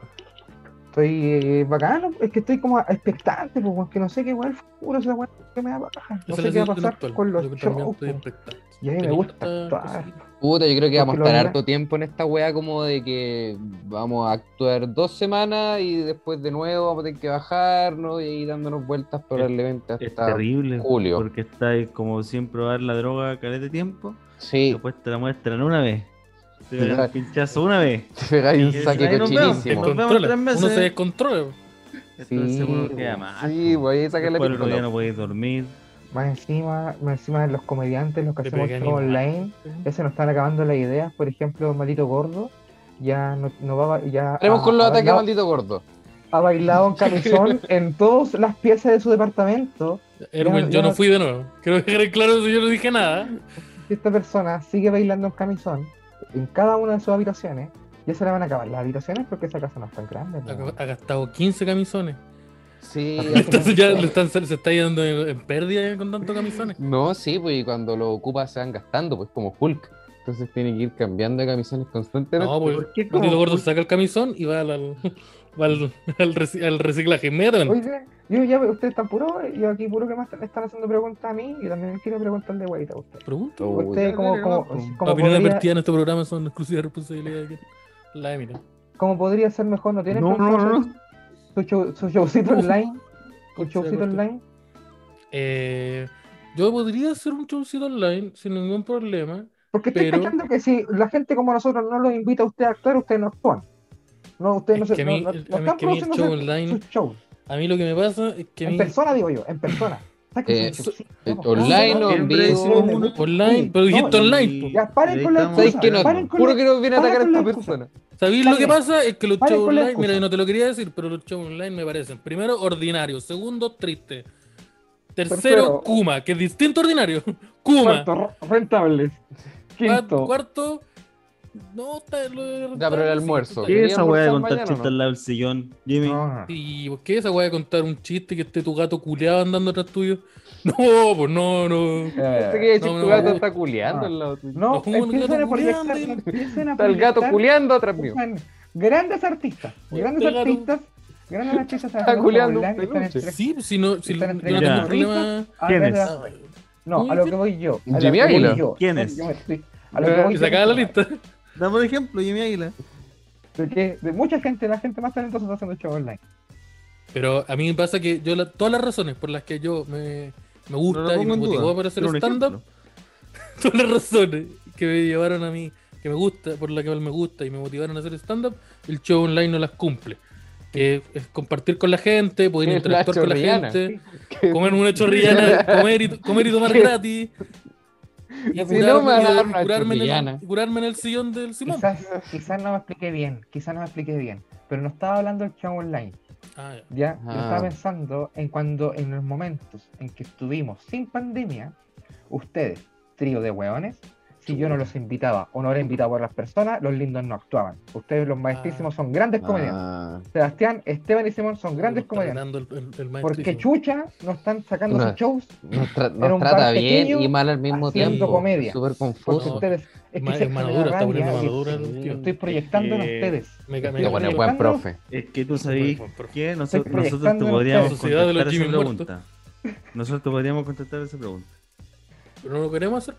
S2: Estoy eh, bacano, es que estoy como expectante, porque no sé qué igual futuro es la weá que me va a pasar. No
S1: Esa
S2: sé
S1: es
S2: qué
S1: la
S2: va
S1: situación
S2: a pasar
S1: actual,
S2: con los
S1: yo que también
S2: shows, pues.
S1: estoy
S2: po.
S1: expectante.
S2: Y a mí me
S1: Tenía
S2: gusta
S1: harta
S2: actuar.
S1: cosita.
S4: Puta, yo creo que vamos a
S2: Porque lo
S4: estar
S2: verdad-
S4: harto tiempo en esta weá como de que vamos a actuar dos semanas y después de nuevo vamos a tener que bajarnos y ir dándonos vueltas probablemente
S3: Es
S4: hasta
S3: terrible.
S4: julio.
S3: Porque estáis como sin probar la droga caleta de tiempo.
S4: Sí,
S3: Después te la muestran una vez. Te
S4: Claro.
S3: pegan un pinchazo una vez.
S4: te pegáis un
S3: Y
S4: saque
S3: ahí nos vemos,
S1: Se
S4: cochinísimo.
S3: nos vemos
S1: descontrola,
S3: tres
S1: Uno
S3: meses.
S1: se descontrola.
S3: Entonces uno queda
S4: pues,
S3: mal.
S4: sí, pues ahí saca la
S3: Después el otro
S4: pistola.
S3: día no podéis dormir.
S2: Más encima, más encima de los comediantes, los que
S1: Te
S2: hacemos
S1: pegan
S2: show
S1: igual.
S2: online, ya se nos están acabando las ideas. Por ejemplo, Maldito Gordo ya no, no va a- ya
S4: Entremos
S2: ha-
S4: con los
S2: ha
S4: ataques,
S2: bailado-
S4: maldito gordo.
S2: Ha bailado en camisón en todas las piezas de su departamento.
S1: Erwin,
S2: Ya-
S1: yo
S2: ya-
S1: no fui de nuevo. Quiero dejar claro eso, yo no dije nada.
S2: Si esta persona sigue bailando en camisón en cada una de sus habitaciones, ya se le van a acabar las habitaciones porque esa casa no es tan grande.
S1: Ha,
S2: po.
S1: ha gastado 15 camisones.
S4: Sí,
S1: Entonces ya le están, se está yendo en, en pérdida con tantos camisones.
S4: no, sí, pues y cuando lo ocupa se van gastando, pues como Hulk. Entonces tiene que ir cambiando de camisones constantemente.
S1: No, pues
S3: ¿Por qué
S1: Gordito
S3: como-
S1: Gordo saca el camisón y va al, al, va al, al reci- al reciclaje. Inmediatamente.
S2: Oye, yo ya, ustedes están puro, yo aquí puro que me están, están haciendo preguntas a mí y también quiero preguntarle guayita a ustedes.
S1: Pregunto.
S4: Uy,
S2: Ustedes,
S3: ya,
S2: como,
S3: dale,
S2: como,
S3: nomás, pues.
S2: como
S1: Las opiniones
S2: podría-
S1: vertidas en este programa son exclusiva responsabilidad de quien la emite.
S2: como podría ser mejor, no tienen
S3: No, no,
S2: pensado
S3: no.
S2: su- Su, show- su showcito
S1: Uf,
S2: online, su
S1: Con-
S2: showcito online.
S1: Eh, Yo podría hacer un showcito online sin ningún problema.
S2: Porque estoy
S1: Pero-
S2: cachando que si la gente como nosotros no los invita a usted a actuar, ustedes no actúan. No, ustedes no
S1: Es
S2: se
S1: que a
S2: no-
S1: mí-
S2: no-
S1: el-
S2: no
S1: a mí-
S2: están
S1: que a mí el
S2: produciendo
S1: show
S2: su-
S1: online-
S2: sus shows.
S1: A mí lo que me pasa es que a
S2: En
S1: mí
S2: persona, digo yo, en persona. Sáquense
S4: Eh,
S2: un showcito,
S4: eh,
S2: vamos,
S4: online
S2: vamos,
S4: o
S2: vamos.
S4: en vivo.
S1: online,
S2: Sí,
S1: pero dijiste
S2: no,
S1: online. po.
S2: Ya, paren con la-
S4: ¿Sabéis que no?
S2: Paren con
S4: Puro
S2: la-
S4: que nos viene a
S2: paren
S4: atacar
S2: con la
S4: esta
S2: excusa.
S4: persona.
S1: ¿Sabéis
S2: Está
S1: lo que
S2: bien.
S1: pasa? Es que los
S2: Vale,
S1: shows
S2: con la
S1: online, mira,
S2: excusa.
S1: yo no te lo quería decir, pero los shows online me parecen, primero, ordinarios, segundo, triste, tercero,
S2: Tercero.
S1: Kuma, que es distinto a ordinario, Kuma,
S2: Cuarto, re- rentables.
S1: cuarto,
S2: Quinto.
S1: cuarto no, está lo de
S4: Ya, pero el almuerzo.
S1: Sí,
S4: ¿Qué?
S3: ¿Qué es esa weá de
S4: almorzar
S3: contar
S4: mañana,
S3: chistes
S4: no?
S3: al lado del sillón? Jimmy,
S2: No.
S1: Sí, ¿por qué esa weá de contar un chiste que esté tu gato culeado andando atrás tuyo? No, pues no, no.
S2: Eh,
S4: Pensé que decir
S1: no, no,
S4: tu gato
S1: no.
S4: está culeando
S2: Ah.
S4: al lado tuyo.
S2: No,
S1: Lo pongo en el
S2: empiezan
S1: gato
S2: a proyectar.
S1: culeando.
S2: empiezan a
S4: Está el gato
S2: proyectar-
S4: culeando atrás mío.
S2: Usan Grandes artistas,
S1: Oye,
S2: grandes
S1: este gato-
S2: artistas, grandes artistas
S4: Está culeando un
S2: online, están
S4: peluche.
S2: entre-
S1: Sí, pues, si no, si yo
S2: Están
S1: no tengo
S3: entregando
S1: problema.
S2: Ah,
S3: ¿Quién
S2: verdad.
S1: Ah,
S2: No, a lo que voy yo. a lo
S4: Jimmy
S2: que voy
S4: Águila.
S2: yo.
S3: ¿Quién
S2: No,
S3: es?
S2: yo me estoy- A lo que voy
S1: Y
S2: yo-
S1: sacaba la lista.
S3: da por ejemplo Jimmy Águila.
S2: Porque de mucha gente, la gente más talentosa está haciendo show online.
S1: Pero a mí me pasa que yo la- todas las razones por las que yo me, me
S3: No lo
S1: gusta y
S3: pongo
S1: me
S3: en
S1: motivó
S3: duda.
S1: para hacer
S3: pero un
S1: stand-up,
S3: ejemplo.
S1: todas las razones que me llevaron a mí, que me gusta, por las que me gusta y me motivaron a hacer stand-up, el show online no las cumple. Que es- es compartir con la gente, poder
S4: Es la
S1: interactuar con la
S4: chorrillana.
S1: gente, comer una chorrillana, comer y, comer y tomar gratis. Y
S4: Si no, me van a
S1: curarme,
S4: dar una
S1: y curarme en el,
S4: chorrillana.
S1: y curarme en el sillón del Simón.
S2: Quizás, quizás no me expliqué bien, quizás no me expliqué bien. Pero no estaba hablando del show online,
S1: Ah, ya.
S2: ¿ya? Yo
S4: Ah.
S2: estaba pensando en cuando, en los momentos en que estuvimos sin pandemia, ustedes, trío de hueones, si yo no los invitaba o no era invitado por las personas, los lindos no actuaban. Ustedes, los maestrísimos, son grandes comediantes.
S4: Ah.
S2: Sebastián, Esteban y Simón son grandes
S1: Está
S2: comediantes.
S1: hablando el- el- el
S2: Porque
S1: maestrísimo.
S2: Chucha no están sacando
S4: No.
S2: sus shows
S4: Nos, tra- nos
S2: Era un
S4: trata
S2: bar
S4: bien
S2: pequeño
S4: y mal al mismo
S2: haciendo
S4: tiempo.
S2: comedia.
S4: Súper
S2: porque
S1: No.
S4: confuso.
S2: ustedes. Es
S1: Oh. Ma-
S2: que se
S1: es
S2: me da
S1: madura, está poniendo
S2: rabia que
S1: madura el tío.
S2: Estoy proyectando en
S3: Eh,
S2: ustedes.
S1: Me ca- me
S4: Qué
S1: ca-
S4: bueno,
S2: estoy
S4: es buen
S2: buscando-
S4: profe.
S3: Es que tú sabés que
S2: Estoy
S3: nosotros,
S2: proyectando
S3: nosotros te
S2: en
S3: podríamos
S1: ustedes. Sociedad de los
S3: contestar esa
S1: Jimmy muertos.
S3: pregunta. Nosotros te podríamos contestar esa pregunta.
S1: Pero no lo queremos hacer.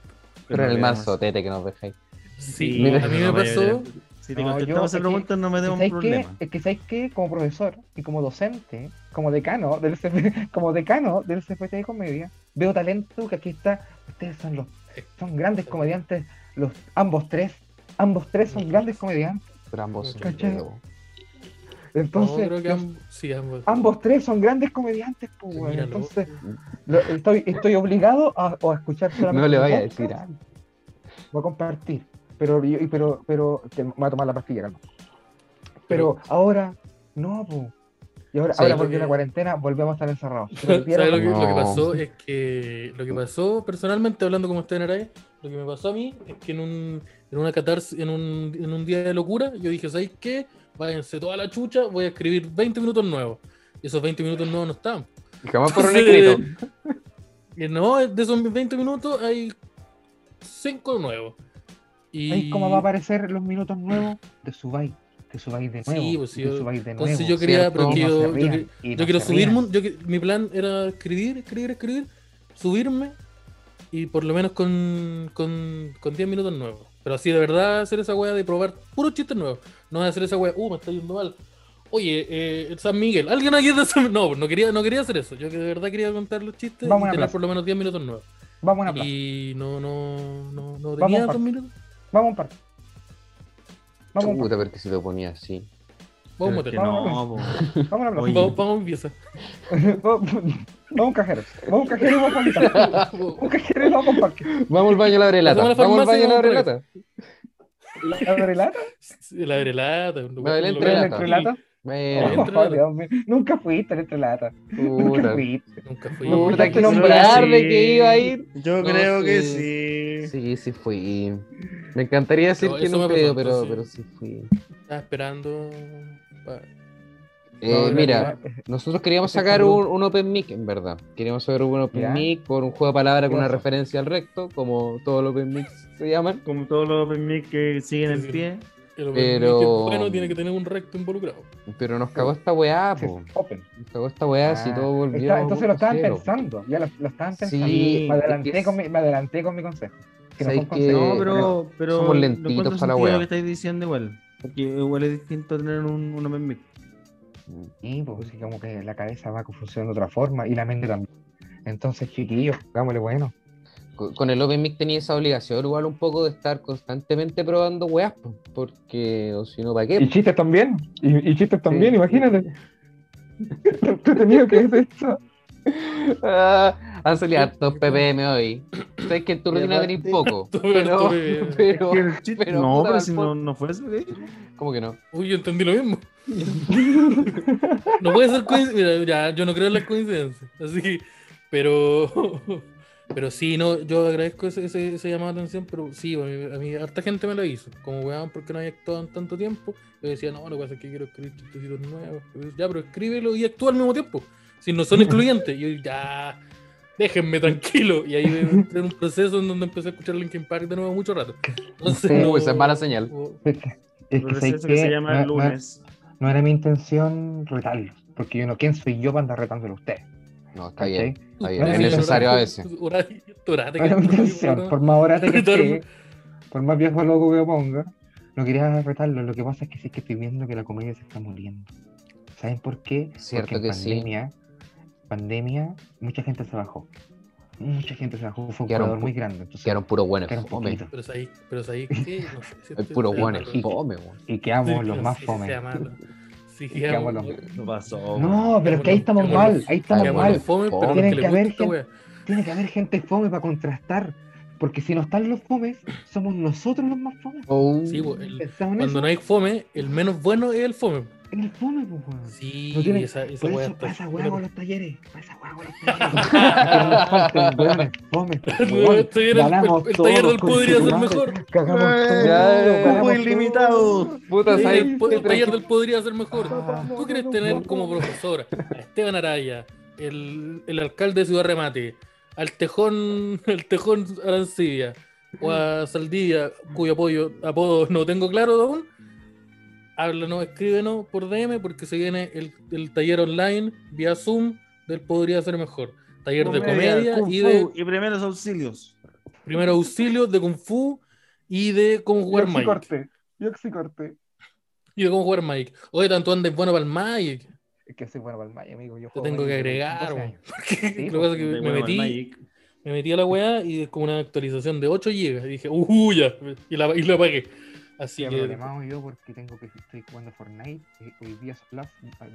S4: Pero en el
S3: no
S4: manso tete que nos dejáis.
S1: Sí,
S4: Mira,
S1: a mí me
S3: no
S1: pasó.
S3: Si te
S2: No, yo-
S3: contestamos
S2: es
S3: esa
S2: que-
S3: pregunta, no me
S2: ¿Y
S3: demos
S2: ¿Sabes qué?
S3: problema.
S2: Es que sabes qué, como profesor y como docente, como decano del CP, como decano del CFT de comedia, veo talento que aquí está. Ustedes son los son grandes comediantes, los ambos tres, ambos tres son grandes comediantes.
S4: Pero ambos son
S2: ¿Cachai?
S4: dedos.
S2: Entonces,
S1: no, creo que
S2: los-
S1: amb- sí, ambos.
S2: ambos tres son grandes comediantes, pues, weón.
S1: Míralo.
S2: Entonces, lo- estoy, estoy obligado a, o a escuchar solamente.
S4: No le
S2: un
S4: vaya a
S2: podcast,
S4: decir algo.
S2: Voy a compartir. Pero, yo- y- pero, pero te, me voy a tomar la pastilla, calma. Pero ahora, no, po. Y ahora,
S4: ¿Sabes
S2: ahora
S4: lo
S2: porque
S1: que-
S2: la cuarentena volvemos a estar encerrados. Se
S1: ¿Sabes
S2: perdieron
S1: lo que,
S4: No.
S1: lo que pasó? Es que lo que pasó, personalmente hablando como usted en Araya, lo que me pasó a mí es que en un, en una catarsis, en un, en un día de locura, yo dije, ¿sabéis qué? Váyanse toda la chucha, voy a escribir 20 minutos nuevos. Y esos 20 minutos nuevos no están.
S4: Y Jamás por un
S1: Entonces,
S4: escrito.
S1: Y no, de esos 20 minutos hay 5 nuevos. Y...
S2: ¿Veis cómo va a aparecer los minutos nuevos? Te subáis, te subáis de
S1: Sí,
S2: nuevo.
S1: pues sí,
S2: te
S1: yo-
S2: subáis de nuevo.
S1: Entonces yo quería,
S4: ¿cierto?
S1: pero
S2: Y
S1: que
S2: no se
S1: yo- yo,
S2: rían,
S1: que-
S2: y no
S1: yo quiero
S2: se
S1: subirme,
S2: rían.
S1: un- yo que- mi plan era escribir, escribir, escribir, subirme y por lo menos con, con, con 10 minutos nuevos. Pero así de verdad hacer esa weá de probar puros chistes nuevos. No de hacer esa weá, uh, me está yendo mal. Oye, eh, el San Miguel, ¿alguien aquí es de San No, no quería, no quería hacer eso. Yo que de verdad quería contar los chistes y
S2: Vamos a una
S1: tener
S2: plaza.
S1: por lo menos 10 minutos nuevos.
S2: Vamos a una plaza.
S1: Y no, no, no, no
S2: Vamos a
S1: tenía
S2: un parque.
S1: dos minutos.
S2: Vamos a un parque. Vamos a un
S4: Puta, porque si te ponía así.
S1: Vamos a un
S3: Pero es
S1: motel.
S3: que
S2: Vamos.
S3: no, po.
S2: parque. Vamos a una
S3: Oye.
S2: plaza.
S1: Vamos, vamos a empieza.
S2: Vamos vamos a un cajero. Vamos a un cajero y vamos a un parque. Un cajero y vamos a un parque.
S4: Vamos al baño a la brelata.
S1: Hacemos la
S4: Vamos al
S1: farmacia
S4: baño
S1: y
S4: a la
S1: vamos a
S4: brelata.
S2: ¿La relata?
S1: La grelata. un lugar-
S4: del
S1: un lugar-
S4: entrelata.
S2: ¿La entrelata?
S4: Bueno,
S2: Oh, Dios mío. Nunca fuiste a la entrelata. Nunca
S4: puta.
S2: fuiste.
S1: Nunca fui.
S2: No,
S4: Puta,
S2: Nunca
S4: que
S2: fui.
S4: nombrar de
S3: Sí.
S4: que iba a ir.
S3: Yo
S4: No,
S3: creo que
S4: sí.
S3: sí.
S4: Sí, sí fui. Me encantaría decir
S1: No,
S4: que
S1: eso
S4: no
S1: me pasó,
S4: creo, pero,
S1: entonces.
S4: pero sí fui.
S1: Estaba esperando. pa-
S4: Eh,
S2: No,
S4: mira,
S2: la- la-
S4: Nosotros queríamos
S2: Este
S4: sacar
S2: saludo.
S4: un, un open mic, en verdad. Queríamos sacar un open
S2: Ya.
S4: mic por un juego de palabras con una
S2: Eso.
S4: referencia al recto, como todos los open mics se llaman.
S3: Como todos los open mic que siguen
S1: Sí,
S3: en
S1: sí.
S3: pie.
S1: el open
S4: Pero-
S1: mic es bueno tiene que tener un recto involucrado.
S4: Pero nos cagó esta weá,
S2: sí,
S4: po.
S2: este Open.
S4: Nos cagó esta weá,
S2: Ah,
S4: si todo
S2: está-
S4: volvió. a
S2: entonces lo estaban
S4: cero.
S2: pensando. Ya lo, lo estaban pensando.
S4: Sí,
S2: me, adelanté
S4: es que-
S2: con mi, me adelanté con mi consejo. Que no
S4: ¿Sabes
S2: fue un consejo,
S4: qué?
S3: No, pero, pero
S4: somos
S3: lo
S4: lentitos
S3: encuentro
S4: pa' la
S3: sentido
S4: wea.
S3: lo que estáis diciendo igual. Porque igual es distinto tener un, un open mic.
S2: Sí, pues sí, como que la cabeza va funcionando de otra forma y la mente también. Entonces, chiquillos, pongámosle bueno.
S4: Con con el Open Mic tenía esa obligación, igual un poco de estar constantemente probando weas, po, porque, o si no, ¿para
S2: Y
S4: qué?
S2: chistes también. Y, y chistes también,
S4: Sí.
S2: imagínate. Lo entretenido que es esto.
S4: Ah, han salido hartos PPM hoy. Sabes que en tu
S3: Y
S4: rutina
S3: aparte-
S4: tenés poco,
S1: Harto
S4: pero,
S1: PPM.
S4: pero,
S3: El chiste-
S4: pero
S3: no,
S4: puta,
S3: pero
S4: al
S3: si no, no fue eso ¿eh? que dije.
S4: ¿cómo que no?
S1: Uy, yo entendí lo mismo. no puede ser coincidencia. Mira, ya, yo no creo en las coincidencias. Así que, pero. Pero sí, no, yo agradezco ese, ese, ese llamado de atención, pero sí, a mí, a mí harta gente me lo hizo. Como weón, ¿por qué no hay actuado en tanto tiempo? Yo decía, no, lo que pasa es que quiero escribir chistecitos nuevos. Pero, ya, pero escríbelo y actúa al mismo tiempo. Si no son excluyentes. Y yo, ya, déjenme tranquilo. Y ahí entré en un proceso en donde empecé a escuchar Linkin Park de nuevo mucho rato. Entonces,
S2: Sí.
S4: Uy, esa pues, es mala señal.
S1: hubo-
S2: Es que, es que,
S3: Pero es
S2: ¿sabes
S3: eso que
S2: qué?
S3: se llama el
S2: No- no-
S3: lunes.
S2: no era mi intención retarlos, porque yo no, ¿quién soy yo para andar retándolo a ustedes?
S4: No, está
S2: ¿Cachai?
S4: bien. Está bien,
S2: es
S4: necesario a veces.
S1: Hora- hora de
S2: No era mi intención, por más orate que
S1: Retarme.
S2: esté, por más viejo loco que me ponga, no quería retarlo. Lo que pasa es que sí que estoy viendo que la comedia se está muriendo. ¿Saben por qué?
S4: Cierto
S2: Porque en
S4: que sí.
S2: pandemia, pandemia, mucha gente se bajó. Mucha gente se bajó, fue un
S4: Quedaron
S2: corredor
S4: pu-
S2: muy grande. Entonces,
S4: Quedaron puros buenos
S2: quedaron
S4: fome.
S2: poquito.
S1: Pero es ahí, pero es ahí que no sé, si
S4: Hay
S1: estoy-
S4: puros
S1: estoy
S4: buenos
S1: hablando-
S4: fome, weón.
S2: Y
S1: Sí,
S2: quedamos los
S1: no
S2: más
S1: sé si
S2: fome.
S1: sea malo. Sí,
S2: que amo
S1: quedamos-
S2: los-
S3: No pasó.
S2: No, pero es que ahí estamos
S1: Quedamos los-
S2: mal, ahí estamos
S1: quedamos
S2: mal.
S1: los fome, pero los
S2: Tienen
S1: le
S2: que
S1: gusta
S2: haber
S1: esta
S2: gente-
S1: wea.
S2: Tiene que haber gente fome para contrastar. Porque si no están los fomes, somos nosotros los más fomes.
S1: Sí,
S4: Oh,
S1: bo, el-
S2: Pensamos en
S1: cuando
S2: eso,
S1: no hay fome, el menos bueno es el fome.
S2: en el fome, pues, weón.
S1: Sí,
S2: No tiene-
S1: esa, esa
S2: Por
S1: wea
S2: eso
S1: está-
S2: pasa hueá con los talleres. Pasa hueá con los talleres. Que no falten weones fomes,
S1: No,
S2: weón.
S1: este era el-
S2: Ganamos
S1: el- el taller
S2: todos,
S1: del podría ser
S2: conchetumare.
S1: mejor.
S2: Cagamos todos,
S4: ya,
S2: ganamos
S4: cupo
S2: todos.
S4: Puta,
S1: Sí,
S4: ¿sabes?
S1: el, po- el
S4: Te
S1: taller del podría ser mejor.
S2: Ah.
S1: Tú quieres tener como profesora a Esteban Araya, el, el alcalde de Ciudad Remate, al Tejón, el Tejón Arancibia, o a Saldivia, cuyo apoyo, apodo no tengo claro aún. Háblanos, escríbenos por DM porque se viene el, el taller online vía Zoom del Podría Ser Mejor. Taller de comedia
S3: Kung
S1: y
S3: Fu
S1: de
S3: y primeros auxilios.
S1: primeros auxilios, de Kung Fu y de cómo jugar
S2: Yo sí
S1: Magic.
S2: corté. Yo sí corté.
S1: Y de cómo jugar Magic. Oye, tanto andes bueno para el Magic.
S2: Es que soy bueno para el Maya, amigo. Yo
S1: Te
S2: juego
S1: tengo que
S2: Magic desde
S1: agregar,
S2: 12
S1: weón.
S2: años.
S1: Porque
S2: Sí,
S1: lo que
S2: pues,
S1: pasa es que
S3: De
S1: me
S3: huevo al
S1: metí,
S3: Magic.
S1: me metí a la weá y es como una actualización de 8 GB. Y dije, uh, ya. Y la, y la apagué. Así
S2: Sí,
S1: que.
S2: problemado yo porque tengo que estoy jugando Fortnite eh, hoy día son las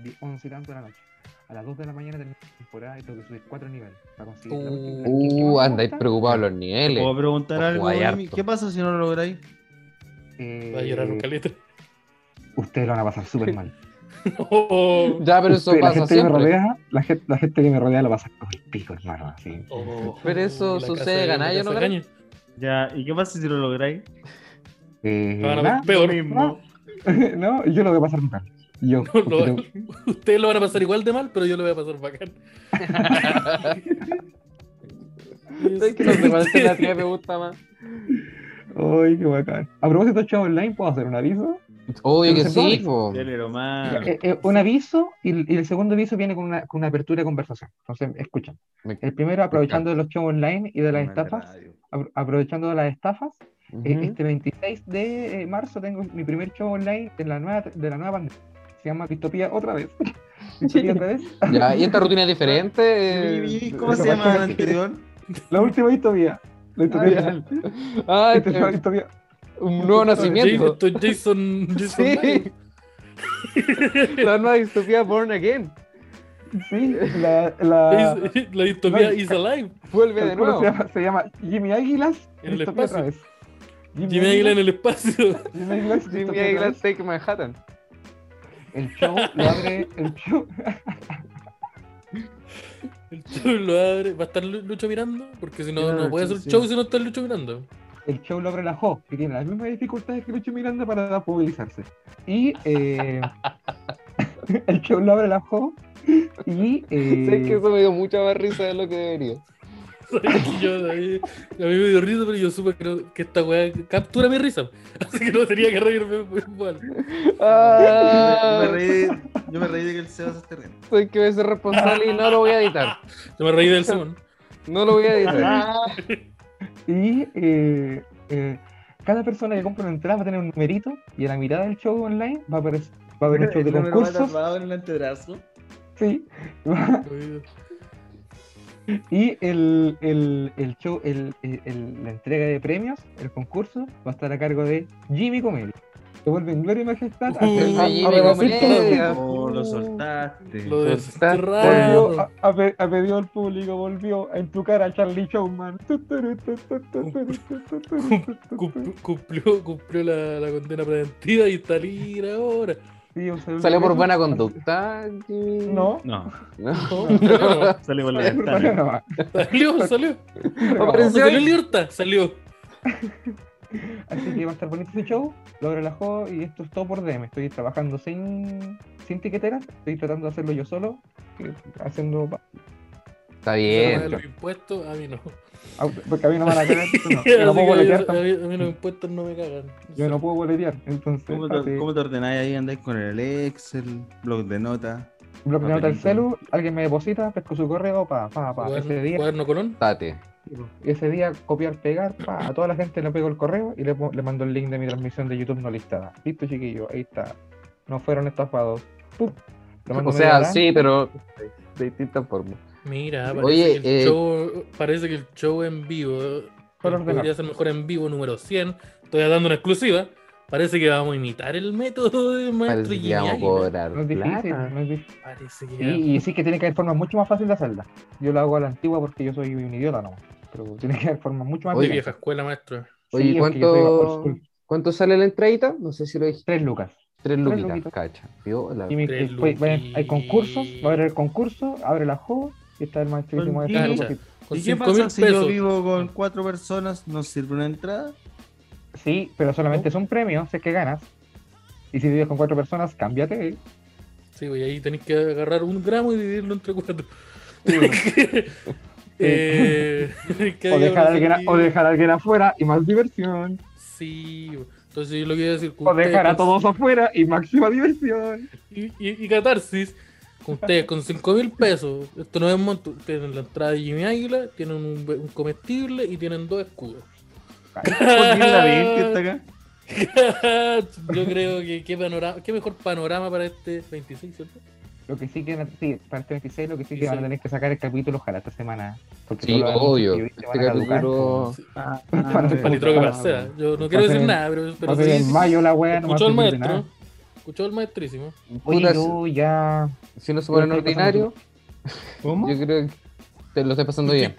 S2: di- 11 y tanto de la noche. A las 2 de la mañana termino la temporada y tengo que subir 4 niveles para conseguir la última skin que más
S4: Uh,
S2: me
S4: andáis
S2: gusta.
S4: preocupados los niveles.
S3: ¿Puedo preguntar
S4: Ojo,
S3: algo?
S4: hay
S3: Emi?
S4: harto.
S3: ¿Qué pasa si no lo lográis?
S2: Eh,
S1: Va a llorar E un caleta.
S2: Ustedes lo van a pasar súper mal.
S1: Oh,
S4: Ya, pero eso
S2: Ustedes, la
S4: pasa
S2: gente que me
S4: siempre.
S2: rodea, la gente, la gente que me rodea lo pasa con el pico, hermano. Así.
S1: oh,
S4: Pero eso
S1: la
S4: sucede,
S1: casa de-
S4: ganar,
S1: la
S4: yo no
S1: casa de
S4: gané.
S1: caña.
S3: Ya, ¿y qué pasa si no lo lográis?
S2: Eh,
S1: Me van a ver
S2: nada,
S1: peor.
S3: Mismo.
S2: no, yo lo voy a pasar mal. Yo,
S1: No, lo-
S2: porque
S1: Ustedes lo van a pasar igual de mal, pero yo lo voy a pasar bacán.
S4: Es que no sé cuál es la
S1: Este,
S4: tía me gusta más.
S2: tengo- Ay, qué bacán. A propósito, chavo online, ¿puedo hacer un aviso?
S4: Obvio
S2: Pero
S4: que
S2: se puede.
S4: sí, po.
S3: Délelo, man.
S2: Eh, eh, un aviso y, el- y el segundo aviso viene con una, con una apertura de conversación. Entonces, escuchan.
S4: Me-
S2: El primero, aprovechando de los shows online y de las estafas, apro- aprovechando de las estafas, eh,
S4: Ujú.
S2: este 26 de eh, marzo tengo mi primer show online de la nueva, de la nueva pandemia. Se llama Distopía otra vez. Distopía otra vez.
S4: Ya, y esta rutina es
S3: ¿Y-
S4: diferente.
S3: y ¿Cómo se llama el anterior?
S2: La última distopía. La distopía.
S4: Ah, ya.
S2: Esta
S4: Ay,
S2: Este es la
S4: qué-
S2: distopía.
S4: un nuevo
S1: Jason,
S4: nacimiento.
S1: esto es Jason. Jason
S4: Sí. La nueva distopía Born Again.
S2: Sí, la. la...
S1: Jason- La distopía
S2: No,
S1: is alive.
S4: Vuelve de
S2: ¿cómo
S4: nuevo.
S2: Se llama, se llama Jimmy Águilas.
S1: En el
S2: Distopía otra vez.
S1: Jimmy Águila en el espacio.
S2: Jimmy Águilas.
S4: Jimmy
S2: Distopía otra
S4: Águila
S2: vez.
S4: Take Manhattan.
S2: El show lo abre. El show.
S1: El show lo abre. ¿Va a estar Lu- Lucho mirando? Porque si no,
S3: Claro,
S1: no puede
S3: sí,
S1: hacer
S3: sí.
S1: show si no está Lucho mirando.
S2: el show lo abre la Jo, que tiene las mismas dificultades que Lucho Miranda para publicarse. Y eh, el show lo abre la Jo. Y
S4: Sé que
S2: eh,
S4: eso me dio mucha más risa de lo que debería.
S1: Yo, a, mí, a mí me dio risa, pero yo supe que, no- que esta weá captura mi risa. Así que no tenía que reírme igual.
S4: Ah,
S3: Yo me reí- Yo me reí de que el Sebas esté riendo.
S4: soy que voy a ser responsable y no lo voy a editar.
S1: Yo me reí del Simón.
S4: No lo voy a editar.
S2: y eh, eh, cada persona que compra una entrada va a tener un numerito y a la mitad del show online va a aparecer. Va a haber un show de
S3: El número va
S2: concursos.
S3: tatuado en el antebrazo.
S2: Sí. Va, Y el, el, el show, el, el- el- la entrega de premios, el concurso, va a estar a cargo de Jimmy Comelli. Se vuelve en gloria y majestad. a-
S1: Uy,
S2: a- a-
S4: Jimmy
S2: a- a-
S4: Comelli.
S3: Oh, lo soltaste.
S1: Lo
S4: Está-
S1: desterraron.
S2: Volvió, a, a, pe- a pedido del público, volvió en tu cara Charlie Showman.
S1: Cumplió, cumplió, cumplió la, la condena preventiva y está libre ahora.
S2: Sí, o sea,
S4: Salió por buena conducta. Jimmy?
S2: No,
S3: No,
S4: No.
S1: No, salió, nomás.
S3: salió por la
S2: salió por buena
S3: ventana.
S2: nomás.
S1: salió, salió.
S4: Apareció.
S1: Salió en libertad, salió.
S2: Así que va a estar bonito ese show, lo relajó y esto es todo por DM. Estoy trabajando sin, sin tiqueteras, estoy tratando de hacerlo yo solo, eh, haciendo pa-
S4: Está
S1: Se lo
S4: bien.
S1: Ah, los impuestos, a mí no.
S2: auto- porque a mí no me van a cagar, esto no,
S1: Así
S2: yo no
S1: que
S2: puedo boletear,
S1: a,
S2: tam-
S1: mí, a mí los impuestos no me cagan.
S2: yo no puedo boletear, entonces
S3: ¿Cómo
S2: así,
S3: te, ¿Cómo te ordenáis ahí? ¿Andáis con el Excel, blog de notas?
S2: bloque de
S3: papelito?
S2: nota del celu, alguien me deposita, pesco su correo, pa, pa, pa, ese
S1: Cuaderno,
S2: día,
S1: cuaderno Colón.
S4: Tate.
S2: y ese día copiar, pegar, pa, a toda la gente le pego el correo y le, pon- le mando el link de mi transmisión de YouTube no listada. Listo chiquillo, ahí está, no fueron estafados. Pum. Le mando
S4: O
S2: media
S4: sea,
S2: hora.
S4: sí, pero de distintas formas.
S1: Mira, parece,
S4: Oye,
S1: que el
S4: eh,
S1: show, parece que el show en vivo eh,
S2: Por ordenar.
S1: podría ser mejor en vivo número 100. Estoy dando una exclusiva. Parece que vamos a imitar el método de maestro
S4: Parece que
S1: Jimmy
S4: vamos a
S1: Águila.
S4: cobrar.
S2: No es difícil,
S4: plata.
S2: no es difícil.
S1: Parece que
S2: Y, y sí que tiene que haber formas mucho más fáciles de hacerla. Yo la hago a la antigua porque yo soy un idiota, ¿no? Pero tiene que haber formas mucho más
S1: de
S4: Oye,
S2: violentas.
S1: vieja escuela, maestro.
S4: Oye,
S2: Sí, es que yo soy old
S4: ¿cuánto,
S2: school.
S4: ¿cuánto sale la entradita? No sé si lo dijiste.
S2: Tres lucas.
S4: Tres luquitas,
S2: luquitas.
S4: cacha. Viola.
S2: Y mi-
S1: Tres
S2: después va a- hay
S1: luquitas.
S2: concursos, va a haber el concurso, abre la juego y está el maestrísimo de
S3: Con
S2: tres
S1: dicha.
S2: lucas.
S1: Con
S3: ¿Y qué
S1: 5
S3: pasa
S1: mil
S3: si
S1: pesos.
S3: yo vivo con cuatro personas? ¿No sirve una entrada?
S2: Sí, pero solamente es un premio, sé que ganas. Y si vives con cuatro personas, cámbiate.
S1: Sí, güey, ahí tenéis que agarrar un gramo y dividirlo entre cuatro. Eh, que
S2: O
S1: haya
S2: dejar,
S1: una
S2: a alguien a- o
S1: salida.
S2: dejar a alguien afuera y más diversión.
S1: Sí, güey. entonces yo lo que iba a decir. con
S2: O dejar a
S1: ustedes-
S2: todos afuera y máxima diversión.
S1: y, y, y catarsis con ustedes con 5 mil pesos. Esto no es monto. Tienen la entrada de Jimmy Águila, tienen un, be- un comestible y tienen dos escudos.
S3: Joaquín Lavín, que está acá.
S1: Yo creo que qué, panorama, qué mejor panorama para este 26, ¿cierto?
S2: Lo que sí que, sí, para el 26, lo que sí
S1: Sí,
S2: que van a
S1: sí.
S2: tener que sacar el capítulo, ojalá esta semana. Porque
S4: Sí,
S2: solo-
S4: obvio.
S2: y- y
S4: Este
S2: van a caducar,
S4: capítulo-
S1: Sí,
S3: Ah,
S2: Para tu
S1: Palitro que
S2: Ah,
S1: parcea. Yo no quiero
S2: Va a ser
S1: decir
S2: en-
S1: nada, pero,
S2: Va
S1: pero
S2: a ser
S1: sí,
S2: en mayo la wea, no me
S1: escuchó el
S2: sirve de
S1: maestro. Escuchó el maestrísimo.
S2: Oye,
S4: Puta,
S2: yo ya.
S4: Si no se pone en
S2: Yo estoy
S4: ordinario,
S3: ¿Cómo?
S4: yo creo que te lo estoy pasando bien.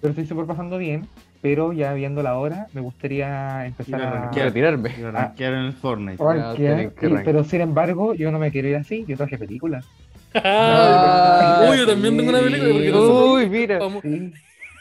S2: Pero estoy súper pasando bien. Pero ya viendo la hora, me gustaría empezar
S3: Iba a
S2: a.
S3: rankear.
S4: Quiero tirarme.
S3: Yo rankear en el Fortnite.
S2: a
S4: Ya, tenés
S2: rankear,
S4: que
S2: y-
S4: rankear.
S2: pero sin embargo, yo no me quiero ir así. Yo traje películas.
S4: Ah,
S1: Uy, yo también tengo una película porque nosotros
S4: Uy, mira.
S1: vamos-
S2: Sí.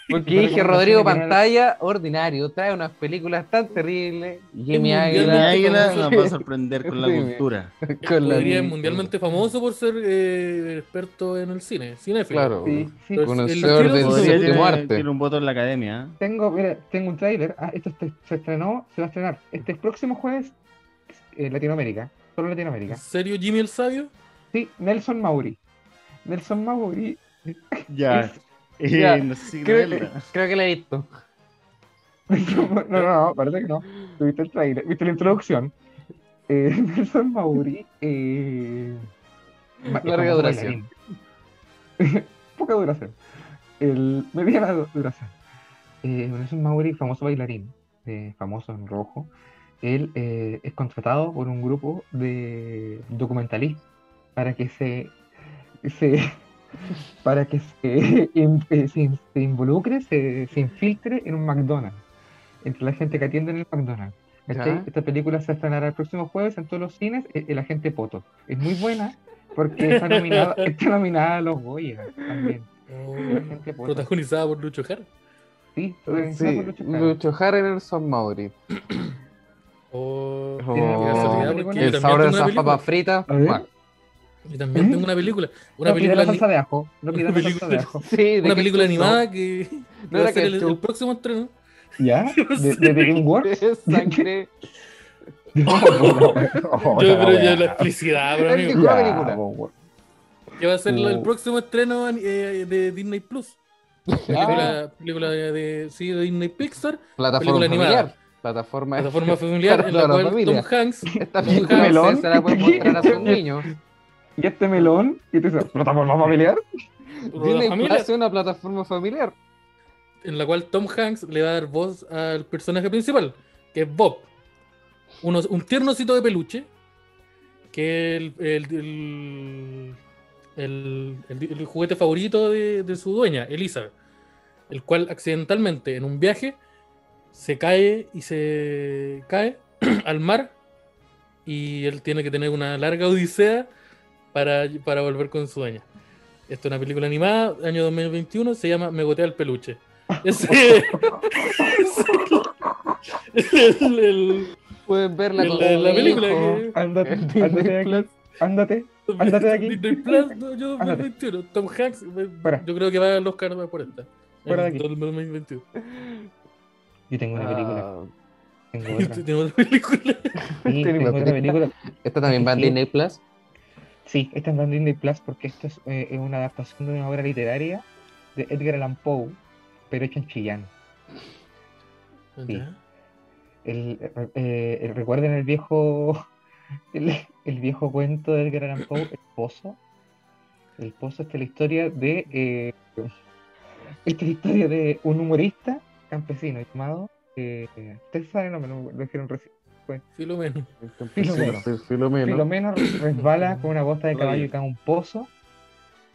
S4: Porque
S2: Yo
S4: dije
S2: recomendación
S4: Rodrigo
S2: de Manuel-
S4: Pantalla, ordinario, trae unas películas tan terribles. Jimmy
S1: mundialmente
S3: Y
S4: Águila
S3: la águila nos va a sorprender con la
S4: Sí.
S3: cultura.
S4: con la-
S1: podría ser mundialmente famoso por ser eh, experto en el cine, cinéfilo.
S4: Claro.
S2: Sí, sí. pues,
S1: Pero-
S4: Conocedor
S1: El
S4: del
S1: tiro-
S3: Podría
S4: séptimo
S3: tener,
S4: arte.
S3: tiene un voto en la academia. ¿eh?
S2: Tengo, mira, tengo un tráiler. Ah, esto este- se estrenó, se va a estrenar este próximo jueves en Latinoamérica. Solo Latinoamérica.
S1: ¿En serio, Jimmy el Sabio?
S2: Sí, Nelson Mauri. Nelson Mauri
S3: Ya. Eh,
S4: Ya.
S3: no sé si
S4: Creo,
S3: creerla.
S4: creo que la he visto.
S2: No, no, no, parece que no. Tuviste el trailer, viste la introducción. Eh, Nelson Mauri. Eh, ma- es
S4: Larga
S2: famoso
S4: duración.
S2: bailarín. Poca duración. El, mediana du- duración. Eh, Nelson Mauri, famoso bailarín, eh, famoso en rojo. Él eh, es contratado por un grupo de documentalistas para que se, se para que se, in- eh, se in- se involucre, se, se infiltre en un McDonald's, entre la gente que atiende en el McDonald's. ¿cachai?
S4: Ya.
S2: Esta película se estrenará el próximo jueves en todos los cines, e, El, El Agente Poto. Es muy buena porque está nominada, está nominada a los Goya también. El
S1: No.
S2: Agente Poto.
S1: Protagonizada por Lucho Jara.
S2: Sí, protagonizada
S4: Sí,
S2: por Lucho Jara.
S4: Lucho Jara y Nelson Mauri.
S1: Oh,
S4: Oh,
S1: qué casualidad, porque yo también
S4: el sabor de
S1: tengo una
S4: esas
S1: película.
S4: papas fritas.
S2: A ver.
S4: fuck.
S1: Yo también tengo una película. Una
S2: no pida
S1: película,
S2: la
S1: ani-
S2: salsa de ajo. No
S1: una
S2: pida la salsa
S1: película-
S2: de ajo.
S4: Sí, ¿de
S1: una
S4: qué
S1: película
S4: es eso?
S1: animada que, que
S4: No
S1: va
S4: era
S1: a ser el,
S4: ketchup.
S1: el próximo estreno.
S2: ¿Ya? ¿De, de DreamWorks?
S4: Es sangre.
S1: Yo creo ya la explicidad, pero amigo.
S4: Ya,
S2: pues,
S1: Que va a ser la- el
S2: Uh.
S1: próximo estreno eh, de Disney Plus.
S4: Ah.
S1: Película, película de, sí, de Disney Pixar,
S4: Plataforma
S1: Película animada.
S4: familiar. Plataforma.
S1: plataforma familiar, en la
S4: Para la
S1: cual Tom
S4: familia.
S1: Hanks
S4: Esta
S1: Tom
S4: película
S1: Hanks,
S2: melón.
S4: se la puede mostrar a sus niños.
S2: ¿Y este melón? ¿Y tú dices, plataforma familiar?
S1: Rueda
S4: Disney Plus
S1: Familia,
S4: es una plataforma familiar.
S1: en la cual Tom Hanks le va a dar voz al personaje principal, que es Bob. Uno- un tiernocito de peluche, que es el, el- el- el- el- el juguete favorito de, de su dueña, Elizabeth, el cual accidentalmente en un viaje se cae y se cae al mar y él tiene que tener una larga odisea para, para volver con su dueña. Esta es una película animada, año 2021, se llama Me gotea el peluche. Ese es el- el-
S4: Pueden verla
S1: el-
S4: con
S1: la,
S4: su
S1: la película
S4: hijo.
S1: que...
S2: Ándate,
S4: El Disney
S2: ándate de
S4: Plus.
S2: aquí. Ándate. Ándate de aquí.
S1: Disney Plus, no, yo
S2: Ándate.
S1: 2021. Tom Hanks, me-
S2: Fuera.
S1: yo creo que va al Oscar por esta.
S2: Fuera de
S1: En
S2: aquí.
S1: 2021.
S2: Yo tengo una película.
S4: Ah,
S2: Tengo otra. Sí,
S1: Tiene otra película.
S4: Tengo
S2: tengo
S4: otra.
S2: otra película.
S4: Esta también va en
S2: Sí.
S4: Disney Plus.
S2: Sí, esta es Branding Day Plus porque esto es, eh, es una adaptación de una obra literaria de Edgar Allan Poe, pero hecho en chillán. Sí.
S1: Ya.
S2: El, eh, el- ¿Recuerden el viejo, el, el viejo cuento de Edgar Allan Poe, El Pozo? El Pozo, esta es la historia de, eh, esta es la historia de un humorista campesino llamado, eh, ustedes saben, no me lo lo dijeron recién,
S1: Filomeno.
S2: Filomeno.
S4: Filomeno.
S2: Filomeno resbala con una bosta de caballo y cae a un pozo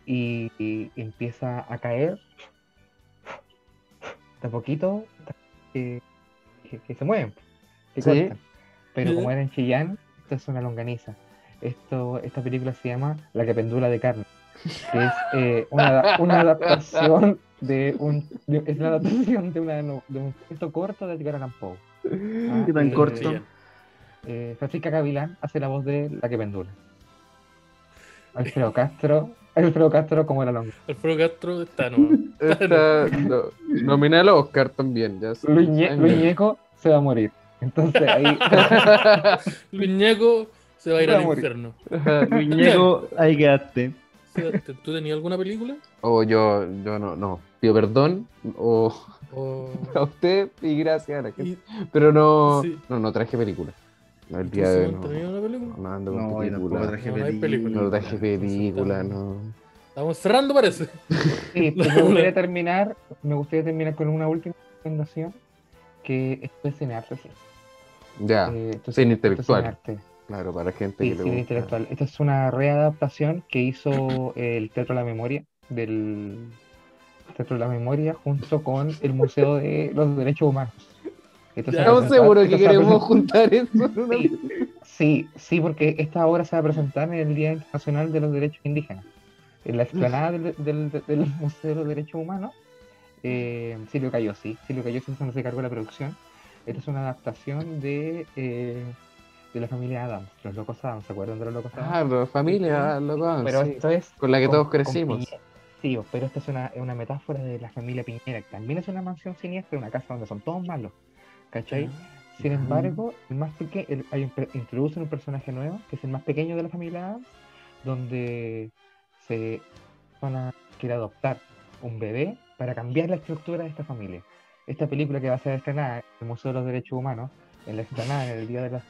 S2: y, y empieza a caer de a poquito que, que- que se mueven, que
S3: Sí.
S2: cortan. Pero como era en Chillán, esto es una longaniza. Esto, esta película se llama La que pendula de carne, que es eh, una, una adaptación de un de- es la adaptación de, una, no- de un cuento corto de Edgar Allan Poe. Ah,
S3: Qué tan
S2: eh,
S3: corto.
S2: eh, Francisca Gavilán hace la voz de la que pendula. Alfredo Castro, Alfredo Castro como la longa.
S1: Alfredo Castro está nomás.
S4: Esta no, nominada al Oscar también. Ya se-
S2: Luis Ñe-
S4: Ay,
S2: Luis
S4: mira.
S2: Ñeco se va a morir. Entonces ahí
S1: Luñeco se va a ir
S2: Va a
S1: al
S2: morir.
S1: infierno.
S3: Ñeco, ahí quedaste.
S1: Sebastián, ¿Tú tenías alguna película?
S4: O yo, yo no, no. Pido perdón o
S1: O...
S4: a usted y gracias a la gente.
S1: ¿Y
S4: Pero no,
S1: Sí.
S4: no, no traje película. No, el
S1: tú,
S4: día de hoy
S1: Simón, tenías
S4: no.
S1: una película?
S4: No ando con
S3: No, yo tampoco
S4: película.
S3: traje
S1: No, no hay
S3: película.
S1: película.
S4: No traje película, no.
S1: Estamos cerrando, parece.
S2: sí, pues me gustaría terminar, me gustaría terminar con una última recomendación que esto es en arte. sí.
S4: Ya,
S2: Eh, esto es-
S4: cine
S2: esto es
S4: intelectual.
S2: en arte.
S4: claro, para gente
S2: Sí,
S4: que le
S2: cine
S4: gusta.
S2: intelectual. Esta es una readaptación que hizo el Teatro de la Memoria del Teatro de la Memoria junto con el Museo de los Derechos Humanos. Esto se va a
S4: Estamos
S2: presentar-
S4: seguros que
S2: esto se va a presentar-
S4: queremos juntar eso en una
S2: Sí. Sí, sí, porque esta obra se va a presentar en el Día Internacional de los Derechos Indígenas. En la explanada del, del- del Museo de los Derechos Humanos, eh, Silvio Cayosi. Silvio Cayosi se hace cargo de la producción. Esta es una adaptación de, eh, de la familia Adams, los locos Adams, ¿se acuerdan de los locos Adams?
S4: Ah, pero familia, loco.
S2: pero
S4: sí,
S2: esto es
S4: Con la que
S2: con-
S4: todos
S2: con
S4: crecimos.
S2: Piñera. Sí, vos, pero esta es una, es una metáfora de la familia Piñera, que también es una mansión siniestra, una casa donde son todos malos. ¿Cachai?
S4: Ah.
S2: Sin embargo, el más peque- el- hay un per- introducen un personaje nuevo, que es el más pequeño de la familia Adams, donde se van a querer adoptar un bebé para cambiar la estructura de esta familia. Esta película que va a ser estrenada en el Museo de los Derechos Humanos, en la estrenada en el Día de la...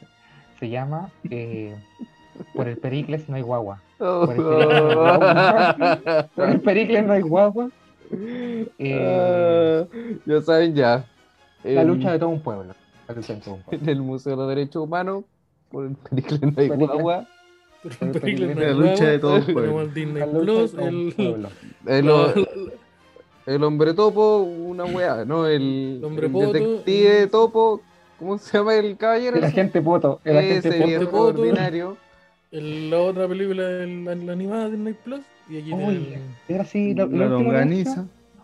S2: se llama eh, Por el Pericles no hay guagua.
S4: Oh.
S2: Por el Pericles no hay guagua. eh,
S4: Ah, eh, ya saben ya. Em,
S2: la
S4: en-
S2: lucha de todo un pueblo. La lucha de todo un pueblo.
S4: En el Museo de los Derechos Humanos, por el Pericles de
S2: Pericles.
S4: Guagua.
S1: Pero el película
S2: La
S1: no es
S3: La lucha
S1: nueva.
S3: de todo el
S1: Tenemos
S3: pueblo.
S1: el Disney
S2: La lucha de
S1: Plus,
S2: todo un
S1: el,
S2: pueblo.
S4: El,
S1: lo-
S4: el hombre topo, una weá, ¿no? El,
S1: El hombre
S4: el
S1: poto,
S4: detective
S1: el-
S4: topo, ¿cómo se llama el caballero?
S2: El agente poto. El agente
S4: Ese
S2: poto.
S4: viejo
S1: poto.
S4: ordinario.
S1: el- la otra película, el- la, la animada de Disney Plus. Y aquí tiene
S2: Oye,
S1: el-
S2: era así,
S3: La
S2: lo- lo último que hizo,
S3: longaniza.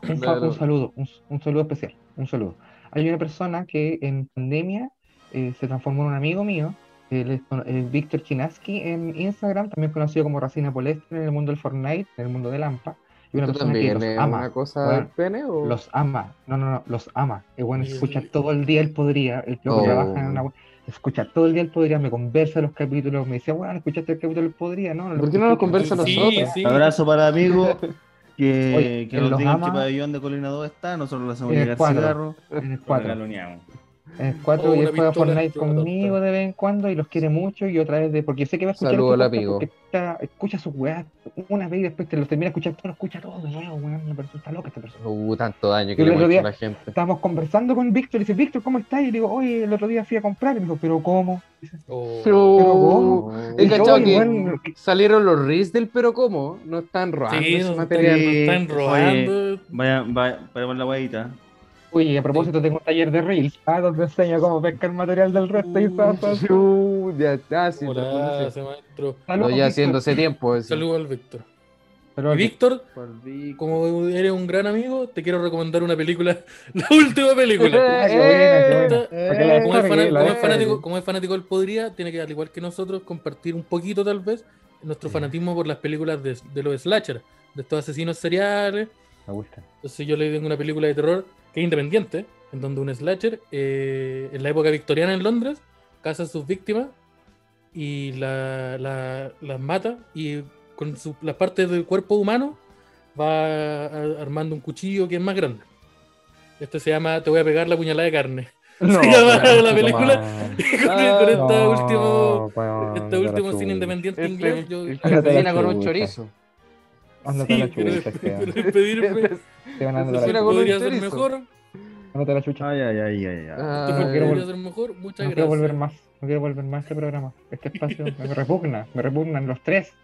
S2: Un, fa-
S4: Claro.
S2: un saludo, un, un saludo especial, un saludo. Hay una persona que en pandemia eh, se transformó en un amigo mío, él es cono- eh, Víctor Chinaski en Instagram, también conocido como Racina Polestre en el mundo del Fortnite, en el mundo del AMPA, y una
S4: ¿Tú
S2: persona que
S4: también
S2: los
S4: es
S2: ama,
S4: una cosa
S2: Bueno,
S4: del pene o...?
S2: los ama, no, no, no, los ama. Es bueno,
S1: Y el-
S2: escucha todo el día, él podría, el loco
S4: Oh.
S2: trabaja en una... web, Escucha todo el día, él podría, me conversa los capítulos, me dice, bueno, escuchaste el capítulo, él podría, ¿no? no lo
S4: ¿Por qué no lo
S2: escuché".
S4: conversa
S1: Sí,
S4: nosotros?
S1: sí.
S3: Abrazo para amigos que,
S2: Oye,
S3: que
S2: él
S3: nos
S2: los
S3: digan
S2: ama. Eh,
S3: qué pabellón de Colina 2 está. Nosotros le hacemos
S2: En el
S3: llegar
S2: cuadro.
S3: cigarro.
S2: En el
S3: Cuatro.
S2: cuatro. El 4
S1: O
S2: y
S1: Oh, una
S2: él juega
S1: pistola
S2: Fortnite
S1: dentro de una
S2: conmigo de vez en cuando y los quiere mucho y otra vez de. Porque sé que va a escuchar.
S4: Saludo
S2: este
S4: al
S2: podcast
S4: amigo.
S2: porque está- escucha sus weas una vez y después te los termina escuchando, no escucha todo de nuevo, weón. La persona está loca esta persona.
S4: Hubo tanto daño
S2: Y
S4: que
S2: el
S4: le
S2: otro
S4: hemos hecho
S2: día-
S4: a la gente.
S2: Estábamos conversando con Víctor y dice, Víctor, ¿cómo estás? Y le digo, oye, el otro día fui a comprar. Y me dijo, ¿pero cómo?
S1: O-
S2: Pero ¿cómo?
S4: He
S2: Y yo,
S4: cachado
S2: "Oye,
S4: que
S2: weón,
S4: salieron los reels del pero cómo. No están robando
S1: Sí,
S4: ese
S1: nos
S4: material.
S1: están, nos están
S3: Oye.
S1: robando.
S3: Vaya, vaya, vaya por la guayita.
S2: Oye, a propósito, tengo un taller de Reels, ah, donde enseño cómo pescar material del resto y pa, pa, pa.
S4: Chu, Ya está, sí,
S1: Hola,
S4: sí.
S1: maestro.
S2: Saludos,
S4: Lo ya
S2: Víctor.
S4: haciéndose tiempo. sí.
S1: Saludos al Víctor.
S2: Saludos,
S1: Y Víctor,
S3: Por Vic.
S1: como eres un gran amigo, te quiero recomendar una película, la última película.
S2: Ah, qué buena, qué buena.
S1: Eh,
S2: Porque la
S1: Como es, fana-
S2: descargué, la
S1: como es
S2: descargué.
S1: fanático, como es fanático del Podría, tiene que, al igual que nosotros, compartir un poquito, tal vez, nuestro fanatismo por las películas de, de los slasher, de estos asesinos seriales.
S2: Me gusta.
S1: Entonces yo le tengo una película de terror que es independiente, en donde un slasher, eh, en la época victoriana en Londres, caza a sus víctimas y la- la- las mata y con su- las partes del cuerpo humano va a- armando un cuchillo que es más grande. Este se llama Te voy a pegar la puñalada de carne.
S2: No,
S1: Se llama
S2: weón,
S1: la película.
S2: no,
S1: con con este
S2: no,
S1: último,
S2: weón,
S1: este
S2: ándate a la
S1: último cine
S2: chucha.
S1: independiente
S4: Este-
S1: inglés, yo
S4: el que
S2: Ándate a la
S4: cocina con un
S2: chucha.
S4: chorizo.
S2: Ándate a
S1: sí,
S2: la
S1: quiero
S2: chucha,
S1: quiero
S2: weón.
S1: despedirme.
S2: Te van a
S4: Ándate
S1: Esta
S4: a la
S1: película
S4: chucha.
S1: podría ser
S4: Ándate a la
S1: mejor.
S2: Ándate a la chucha.
S3: Ay, ay, ay, ay. ay.
S4: Ah,
S1: Esta
S2: no
S1: película
S2: quiero
S1: podría ser mejor. Muchas
S2: No quiero
S1: gracias.
S2: volver más, no quiero volver más a este programa, este espacio. Me repugna, me repugnan los tres.